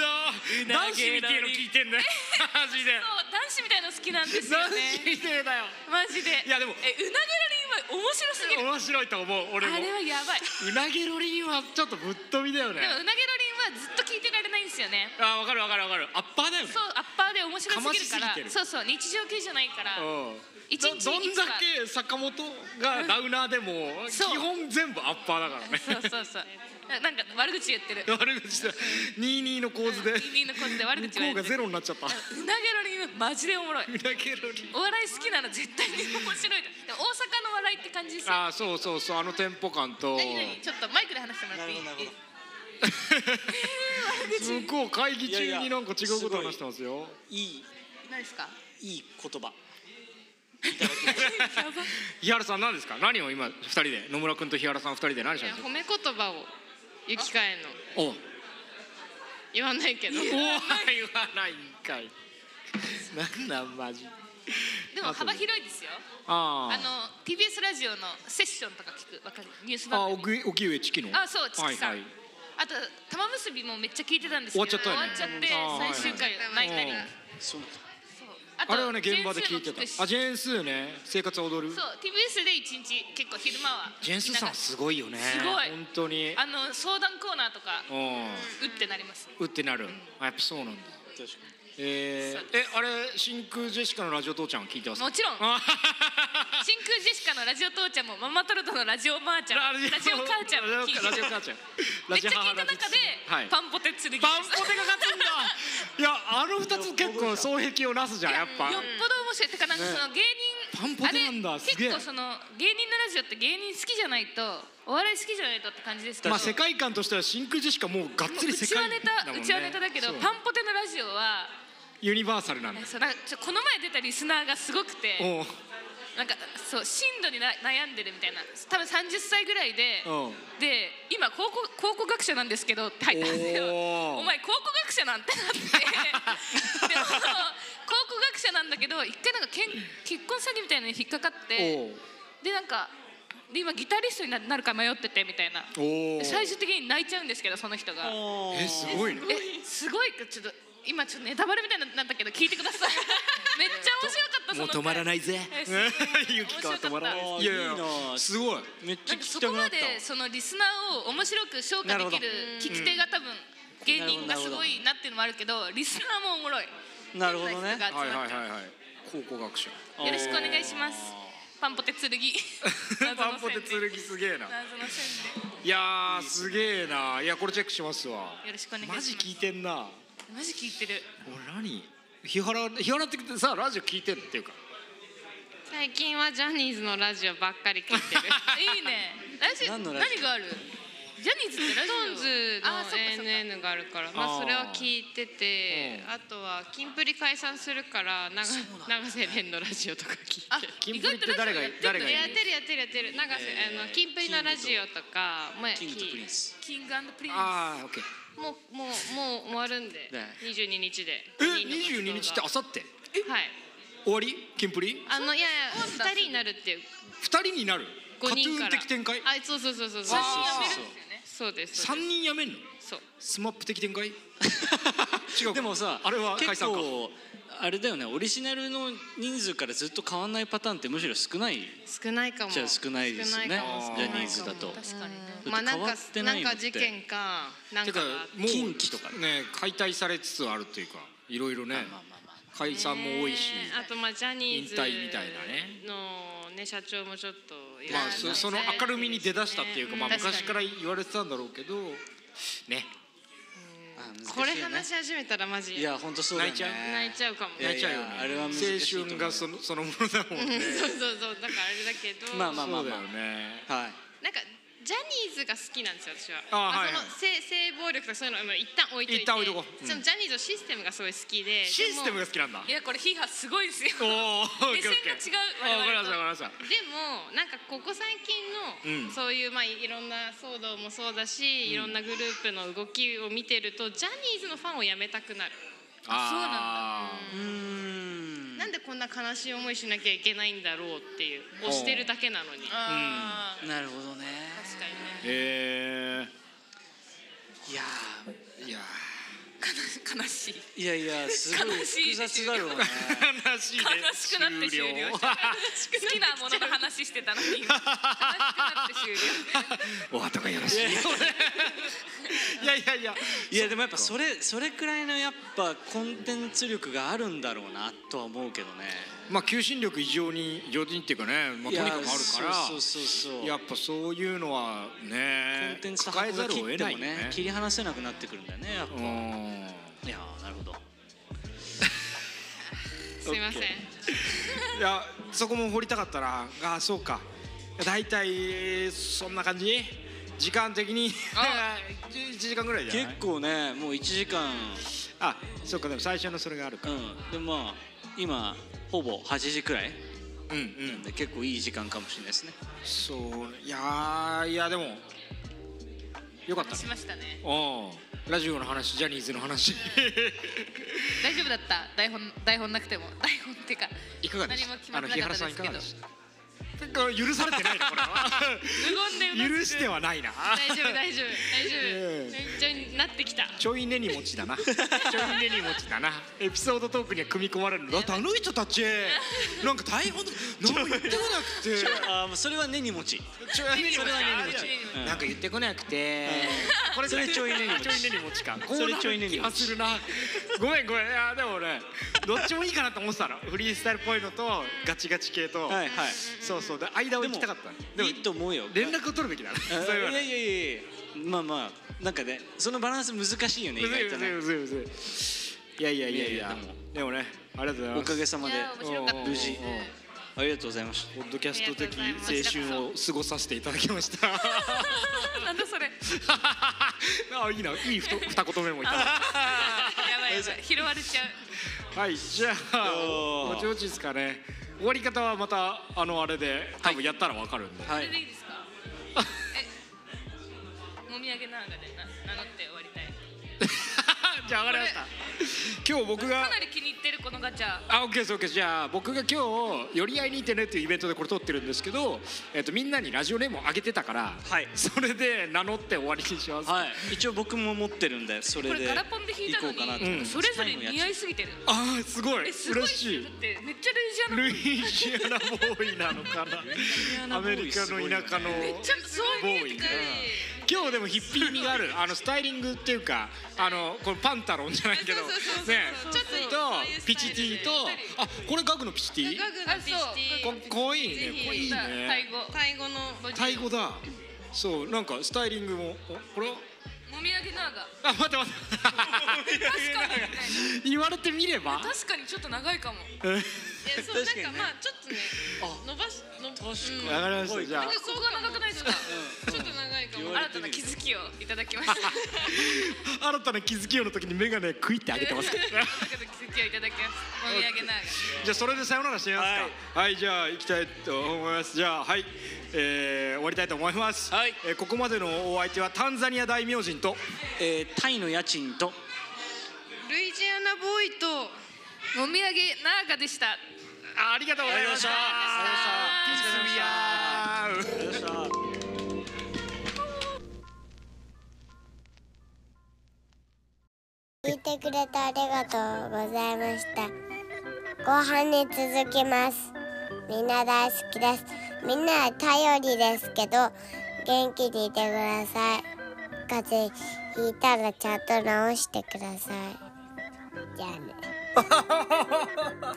S6: だ
S7: な
S6: 男
S7: げ
S6: 子み
S7: ろりん
S6: てえの聞いて んだよマジで
S7: そう男子みたいの好きなんですよ
S6: 男子
S7: ね
S6: みてえだよ
S7: マジで
S6: いやでも
S7: えうなげロリンは面白すぎる
S6: 面白いと思う俺も
S7: あれはやばいで
S6: うなぎロリンはちょっとぶっ飛びだよ
S7: も
S6: ね
S7: うなげロリンはずっと聞いてられないんですよね
S6: あわかるわかるわかるアッパーだよね
S7: そうアッパーで面白すぎるから
S6: かましすぎてる
S7: そうそう日常系じゃないから
S6: うん
S7: 一
S6: ど
S7: 日
S6: どんだけ坂本がダウナーでも基
S7: そう
S6: 本全部アッパーだからね
S7: そうそうそうなんか悪口言ってる
S6: 悪口だ22の構図で
S7: 人間のコーで悪
S6: 向
S7: 口
S6: こ
S7: 言わ
S6: う
S7: れて
S6: がゼ
S7: る
S6: ロになっちゃったう
S7: うなげロリンはマジでおもろい
S6: なぎロリン
S7: お笑い好きなら絶対に面白いとでも大阪の笑いって感じですよ
S6: あーそうそうそうあのテンポ感と
S7: 何何ちょっとマイクで話してもらっていい
S4: なるほどなる
S6: 向こう会議
S4: いや
S6: 中
S4: い
S6: に
S4: や
S6: なんか違うこと話してますよ
S4: いい
S7: 何ですか
S4: いい言葉
S6: 日原さん何ですか何を今二人で野村君と日原さん二人で何して
S3: い
S6: る
S3: や
S6: んです
S3: 褒
S6: か
S3: め言葉をゆきかえの
S6: おおお
S3: 言わないけど
S6: 言わないんかいなんなんマジ
S7: でも幅広いですよ
S6: あ
S7: あ
S6: ー
S7: の TBS ラジオのセッションとか聞くわかるニュース
S6: あ
S7: 番組
S6: 奥奥上チキの
S7: あそうチキさん
S6: はいはい
S7: あと玉結びもめっちゃ聞いてたんですけど
S6: 終わっちゃったよねあー
S7: 最終回泣いたり
S6: はいはい
S4: そうなんだ
S7: そう
S6: あれはね現場で聞いて
S7: ジェーンスーも聞
S6: た
S7: くし
S6: あジェーンスーね生活は踊る
S7: そう TBS で一日結構昼間は
S6: ジェーンスーさんはすごいよね
S7: すごい
S6: 本当に
S7: あの相談コーナーとか
S6: う
S7: 打ってなります
S6: んうってなるあやっぱそうなんだ
S4: 確かに
S6: え
S7: そ
S6: ー
S7: う
S6: えあれ真空ジェシカのラジオ父ちゃん聞いてます
S7: もちろん
S6: あ
S7: 真空ジェシカのラジオ父ちゃんもママタルトのラジオばあちゃんラジオ母ちゃんも聞いて
S6: ラジオ
S7: め
S6: 母ちゃんラ
S7: っち
S6: ジ
S7: ゃ
S6: オ母
S7: 聞いた中で
S6: はい
S7: パンポテ剣です
S6: パンポテが勝つんだいやあの二つ結構双璧をなすじゃんやっぱ
S7: よっぽど面白いてかなんかその芸人、
S6: パンポテなんだ
S7: あれ
S6: すげえ
S7: 結構その芸人のラジオって芸人好きじゃないとお笑い好きじゃないとって感じですけど、
S6: まあ世界観としては真空ジェシカもうがっつ
S7: う
S6: り
S7: ち
S6: 世界
S7: はネタ、うちはネタだけど
S6: そう
S7: パンポテのラジオは
S6: ユニバーサルなんだ
S7: そうなんかちょこの前出たリスナーがすごくて
S6: おう
S7: なんかそう進路にな悩んでるみたいな多分30歳ぐらいで
S6: おう
S7: で今考古考古学者なんですけどって入ったんですよ
S6: おー
S7: お前考古学者なんてなってでも考古学者なんだけど一回なんかけん結婚詐欺みたいなのに引っかかって
S6: おう
S7: でなんかで今ギタリストにななるか迷っててみたいな
S6: おお
S7: 最終的に泣いちゃうんですけどその人が
S6: えすごいね
S7: えすごいかちょっと今ちょっとネタバレみたいになったけど聞いてください めっちゃ面白かったその回
S4: いぜ
S7: えすごい
S6: ゆきかは止まら
S7: 面白かっ
S4: 白かった
S6: ないいやい
S4: いいな
S6: やすごい
S4: めっち
S7: たなんか
S4: ゃ聞き
S7: そ
S4: た
S7: こ
S4: くな
S7: ま
S4: った
S7: でそのリスナーを面白く消化できる聞き手が多分芸人がすごいなっていうのもあるけどリスナーもおもろい
S4: なるほどね
S7: 変な人が集まっ
S6: はい
S7: て
S6: はいはいはい考古学者
S7: よろしくお願いしますパンポテ剣
S6: パンポテ
S7: 謎の宣伝
S6: 剣すげえな
S7: 謎の宣伝
S6: いやーすげえないやこれチェックしますわ
S7: よろしくお願いします
S6: マジ聞いてんな
S7: マジ聞いてる
S6: 俺何日原日原ってさラジオ聞いてんのっていうか
S3: 最近はジャニーズのラジオばっかり聞いてる
S7: いいねラジオ
S4: 何の
S7: 何
S4: ラジオ
S7: があるジャニーズってラジオ
S3: トンズの
S7: あそっかそっか
S3: ANN があるからまあ
S6: あー
S3: それは聞いてて
S6: う
S3: あとはキンプリ解散するから長永瀬廉のラジオとか聞いて
S7: あ
S6: キン
S7: 意
S6: プ
S7: 外
S6: リっ
S7: と
S6: て誰が
S7: ラジオやってん
S6: 誰
S7: の
S6: がい
S7: ね
S6: る
S3: やってるやってるやってる永瀬、あのキンプリのラジオとかも
S4: キングとプリン
S3: う
S4: ス
S7: キングプリンス
S6: ああオッケー
S3: もうもうもう終わるんで
S6: ね
S3: 22日で
S6: え二十二
S3: 二
S6: 日ってあさって
S3: はい
S6: 終わりキンプリ
S3: あのいやいや2人になるっていう
S6: 二人になるカ
S3: 5
S6: トゥ
S3: 人
S6: ー
S3: か
S6: ン
S3: ら
S6: 的展開
S3: あそうそうそうそうそう
S6: あー
S7: そうですよね
S3: そうですそう
S6: 三
S3: です
S6: 人やめんの
S3: そう
S6: スマップ的展開違うか
S4: でもさ
S6: あれは解
S4: 結
S6: 散か
S4: 構あれだよねオリジナルの人数からずっと変わんないパターンってむしろ少ない
S3: 少ないかも
S4: じゃあ少ないですよね
S3: 少ないかも
S4: ジャニーズだと
S7: 確かにね
S4: だって
S3: まあなん
S4: 変わ
S3: か
S4: って
S3: な
S4: なんいのっ
S3: か
S4: て
S3: 事件かなん
S6: て
S3: か
S6: か
S3: が
S6: もう
S4: 近畿とかね
S6: ね解体されつつあるというかいろいろね解散も多いし、
S3: ねあとまあジャニーズ
S6: 引退みたいなね
S3: のね社長もちょっといろいろ
S6: まあ、そその明るみに出だしたっていうか、まあ、
S3: 確かに
S6: 昔から言われてたんだろうけどね
S4: あ難しいよね
S3: これ話し始めたらマジ
S4: いや本当そうだよね
S6: 泣い
S3: 泣
S6: ちゃ
S3: いちゃうかも
S4: いや
S6: 泣いちゃうよね
S4: あれは
S6: 青
S4: 難しいと思う
S6: 春がそのそのものだもん ね
S3: そうそうそうだからあれだけど、
S4: まあまあまあ
S6: そ
S4: ま
S6: うだよね
S4: あはい
S3: なんかジャニーズが好きなんですよ私は。
S6: あ
S3: ま
S6: はい
S3: その性性暴力とかそういうのはまあ一旦置いといて。
S6: 一旦置いとこううん
S3: そのジャニーズのシステムがすごい好きで。
S6: システムが好きなんだ
S7: いやこれヒーハーすごいですよ
S6: おお
S7: 目線が違う
S6: 分かり
S7: 我
S6: ま
S7: 々と
S6: した分かりました
S3: でもなんかここ最近の、
S6: うん
S3: そういうまあいろんな騒動もそうだし、いろんなグループの動きを見てるとジャニーズのファンをやめたくなる。
S6: あ
S4: うーん
S3: なんでこんな悲しい思いしなきゃいけないんだろうっていう。押してるだけなのに。
S7: あ
S4: なるほどね
S7: ー確かにね
S6: ーへ
S4: いや
S6: えいや
S7: 悲しい
S4: ーいやいやすごい
S7: 悲しい
S4: 複雑だろうね
S6: ー悲しいね
S7: 悲しくなって終了 した好きなものの話してたのに悲しくなって終了
S6: お後がよろしいようでいやいやいや
S4: いやでもやっぱそれそれくらいのやっぱコンテンツ力があるんだろうなとは思うけどね
S6: まあ求心力異常に異常にっていうかね、まあ、とにかくあ
S4: い
S6: る
S4: やそう
S6: か
S4: そうそうそう
S6: らやっぱそういうのは
S4: コ
S6: ね
S4: ンテンツと
S6: 抱え
S4: 箱
S6: ざ
S4: が
S6: るを
S4: 切
S6: 得
S4: っ
S6: な
S4: て
S6: い
S4: も
S6: よ
S4: ね
S6: ね
S4: 切り離せなくなってくるんだよねやっぱ、
S6: う
S4: い
S6: ん
S4: やーなるほど
S3: すいません。
S6: いやそこも掘りたかったなあそうか大体そんな感じ時間的に 1時間ぐらいじゃない
S4: 結構ねもう1時間
S6: あそうかでも最初のそれがあるか
S4: うんでまあ今ほぼ8時くらい
S6: うんう
S4: なん
S6: ん
S4: で結構いい時間かもしれないですね
S6: そういやーいやでもよかった
S7: し
S6: ね
S7: ましたね
S6: うんラジオの話ジャニーズの話
S7: 大丈夫だった台本台本なくても台本ってか
S6: いかがでした
S7: 何も決まってなかったですけど
S6: あの日原さんいかがでしたなんか許されてないなこれは
S7: 無言でうなずく
S6: 許してはないな
S3: 大丈夫大丈夫大丈
S6: ええ
S3: 夫。順調になってきた。
S6: ちょい根に持ちだなちょい根に持ちだなエピソードトークには組み込まれるのだってあの人たちなんか大本何も言ってこなくて
S4: あーもうそれは根に持ち
S6: ちょい根に持ち
S4: ちうん
S6: なんか言ってこなくてこれ
S4: それちょい根に持ち
S6: ちょい根に持ちか
S4: それ
S6: こうなる
S4: ちょい根に持ち
S6: 気がするなごめんごめんいやでもねどっちもいいかなと思ってたのフリースタイルっぽいのとガチガチ系と
S4: はいはい
S6: そうそうで間を行きたかったのでも
S4: いいと思うよ
S6: 連絡を取るべきだな
S4: あー
S6: そういうの
S4: いやいやいやいやまあまあなんかねそのバランス難しいよね意
S6: むずい
S4: 外と
S6: むずい
S4: ね
S6: むずいむずいいやいやいやい
S4: いや
S6: や
S4: いやでも
S6: でもねありがとうございます
S4: おかげさまで
S7: 白かった
S4: 無事
S6: おうおうおう
S4: ありがとうございました
S6: ポッドキャスト的青春を過ごさせていただきました。
S7: なんだそれや
S6: あ、いいな、いいふと二言目 もいただい
S7: ばいやばい拾われちゃう
S6: た。はい、じゃあ、
S4: おー
S6: もちもちですかね。終わり方はまた、あのあれで、多分やったらわかるんで。
S4: は
S7: そ
S4: い
S7: れでいいですかえもみあげながでな名乗って終わりたい
S6: じゃあ、わかりました。今日僕が
S7: か。なり気に入ってるこのガチャ
S6: あ、オッケーです、オッケーです。じゃあ、僕が今日、寄り合いにいてねっていうイベントでこれ撮ってるんですけど。えっと、みんなにラジオネームを上げてたから、
S4: はい
S6: それで名乗って終わりにします。
S4: はい、一応僕も持ってるんでそれ
S7: こ
S4: で
S7: れガラポンで引いたの
S4: 行こうかなと
S7: に、それぞれ似合
S4: い
S7: いすぎてる
S6: あー、すごい。
S7: えすごいっ
S6: 嬉
S7: す
S6: し
S7: よ
S6: い
S7: だ。ってめっちゃレジャーな
S6: ルイジアナボーイなのかなアメリカの田舎の
S7: めっちゃそう見えてくる
S6: 今日でもヒッピー味 があるあのスタイリングっていうかあのこのパンタロンじゃないけどね
S3: ちょっと
S6: とピチティとあこれガグのピチティ
S3: ガグのピシテ
S6: か
S3: ィ
S6: っこいいねこれいいね
S7: タイ語
S3: タイ語の
S6: タイ語だそうなんかスタイリングもおこれは
S7: もみあげなが
S6: あ待って待って
S7: 確かにみたいな
S6: 言われてみれば
S7: 確かにちょっと長いかも
S3: えそうなん
S4: 確かに
S3: か
S4: ね
S3: まあちょっとね伸ばしの確
S4: 確
S6: わかりましたじゃあ
S7: ここが長くないですか
S3: ちょっと長いかも
S7: 新たな気づきをいただきました
S6: 新たな気づきよの時に眼鏡食いってあげてますから
S7: 新たな気づきをいただきますもみあげなが
S6: じゃあそれでさよならしてみますか。はい、じゃあ行きたいと思います。じゃあはい、えー、終わりたいと思います。
S4: はい
S6: えーここまでのお相手はタンザニア大明神と
S4: えータイの家賃と
S3: ルイジアナボーイと
S7: もみあげながでした
S6: ありがとうございました。ありがとうございました。
S4: よっしゃ
S11: 聞いてくれてありがとうございました。後半に続きますみんな大好きですみんな頼りですけど元気にいてください風邪ひいたらちゃんと治してくださいじゃあね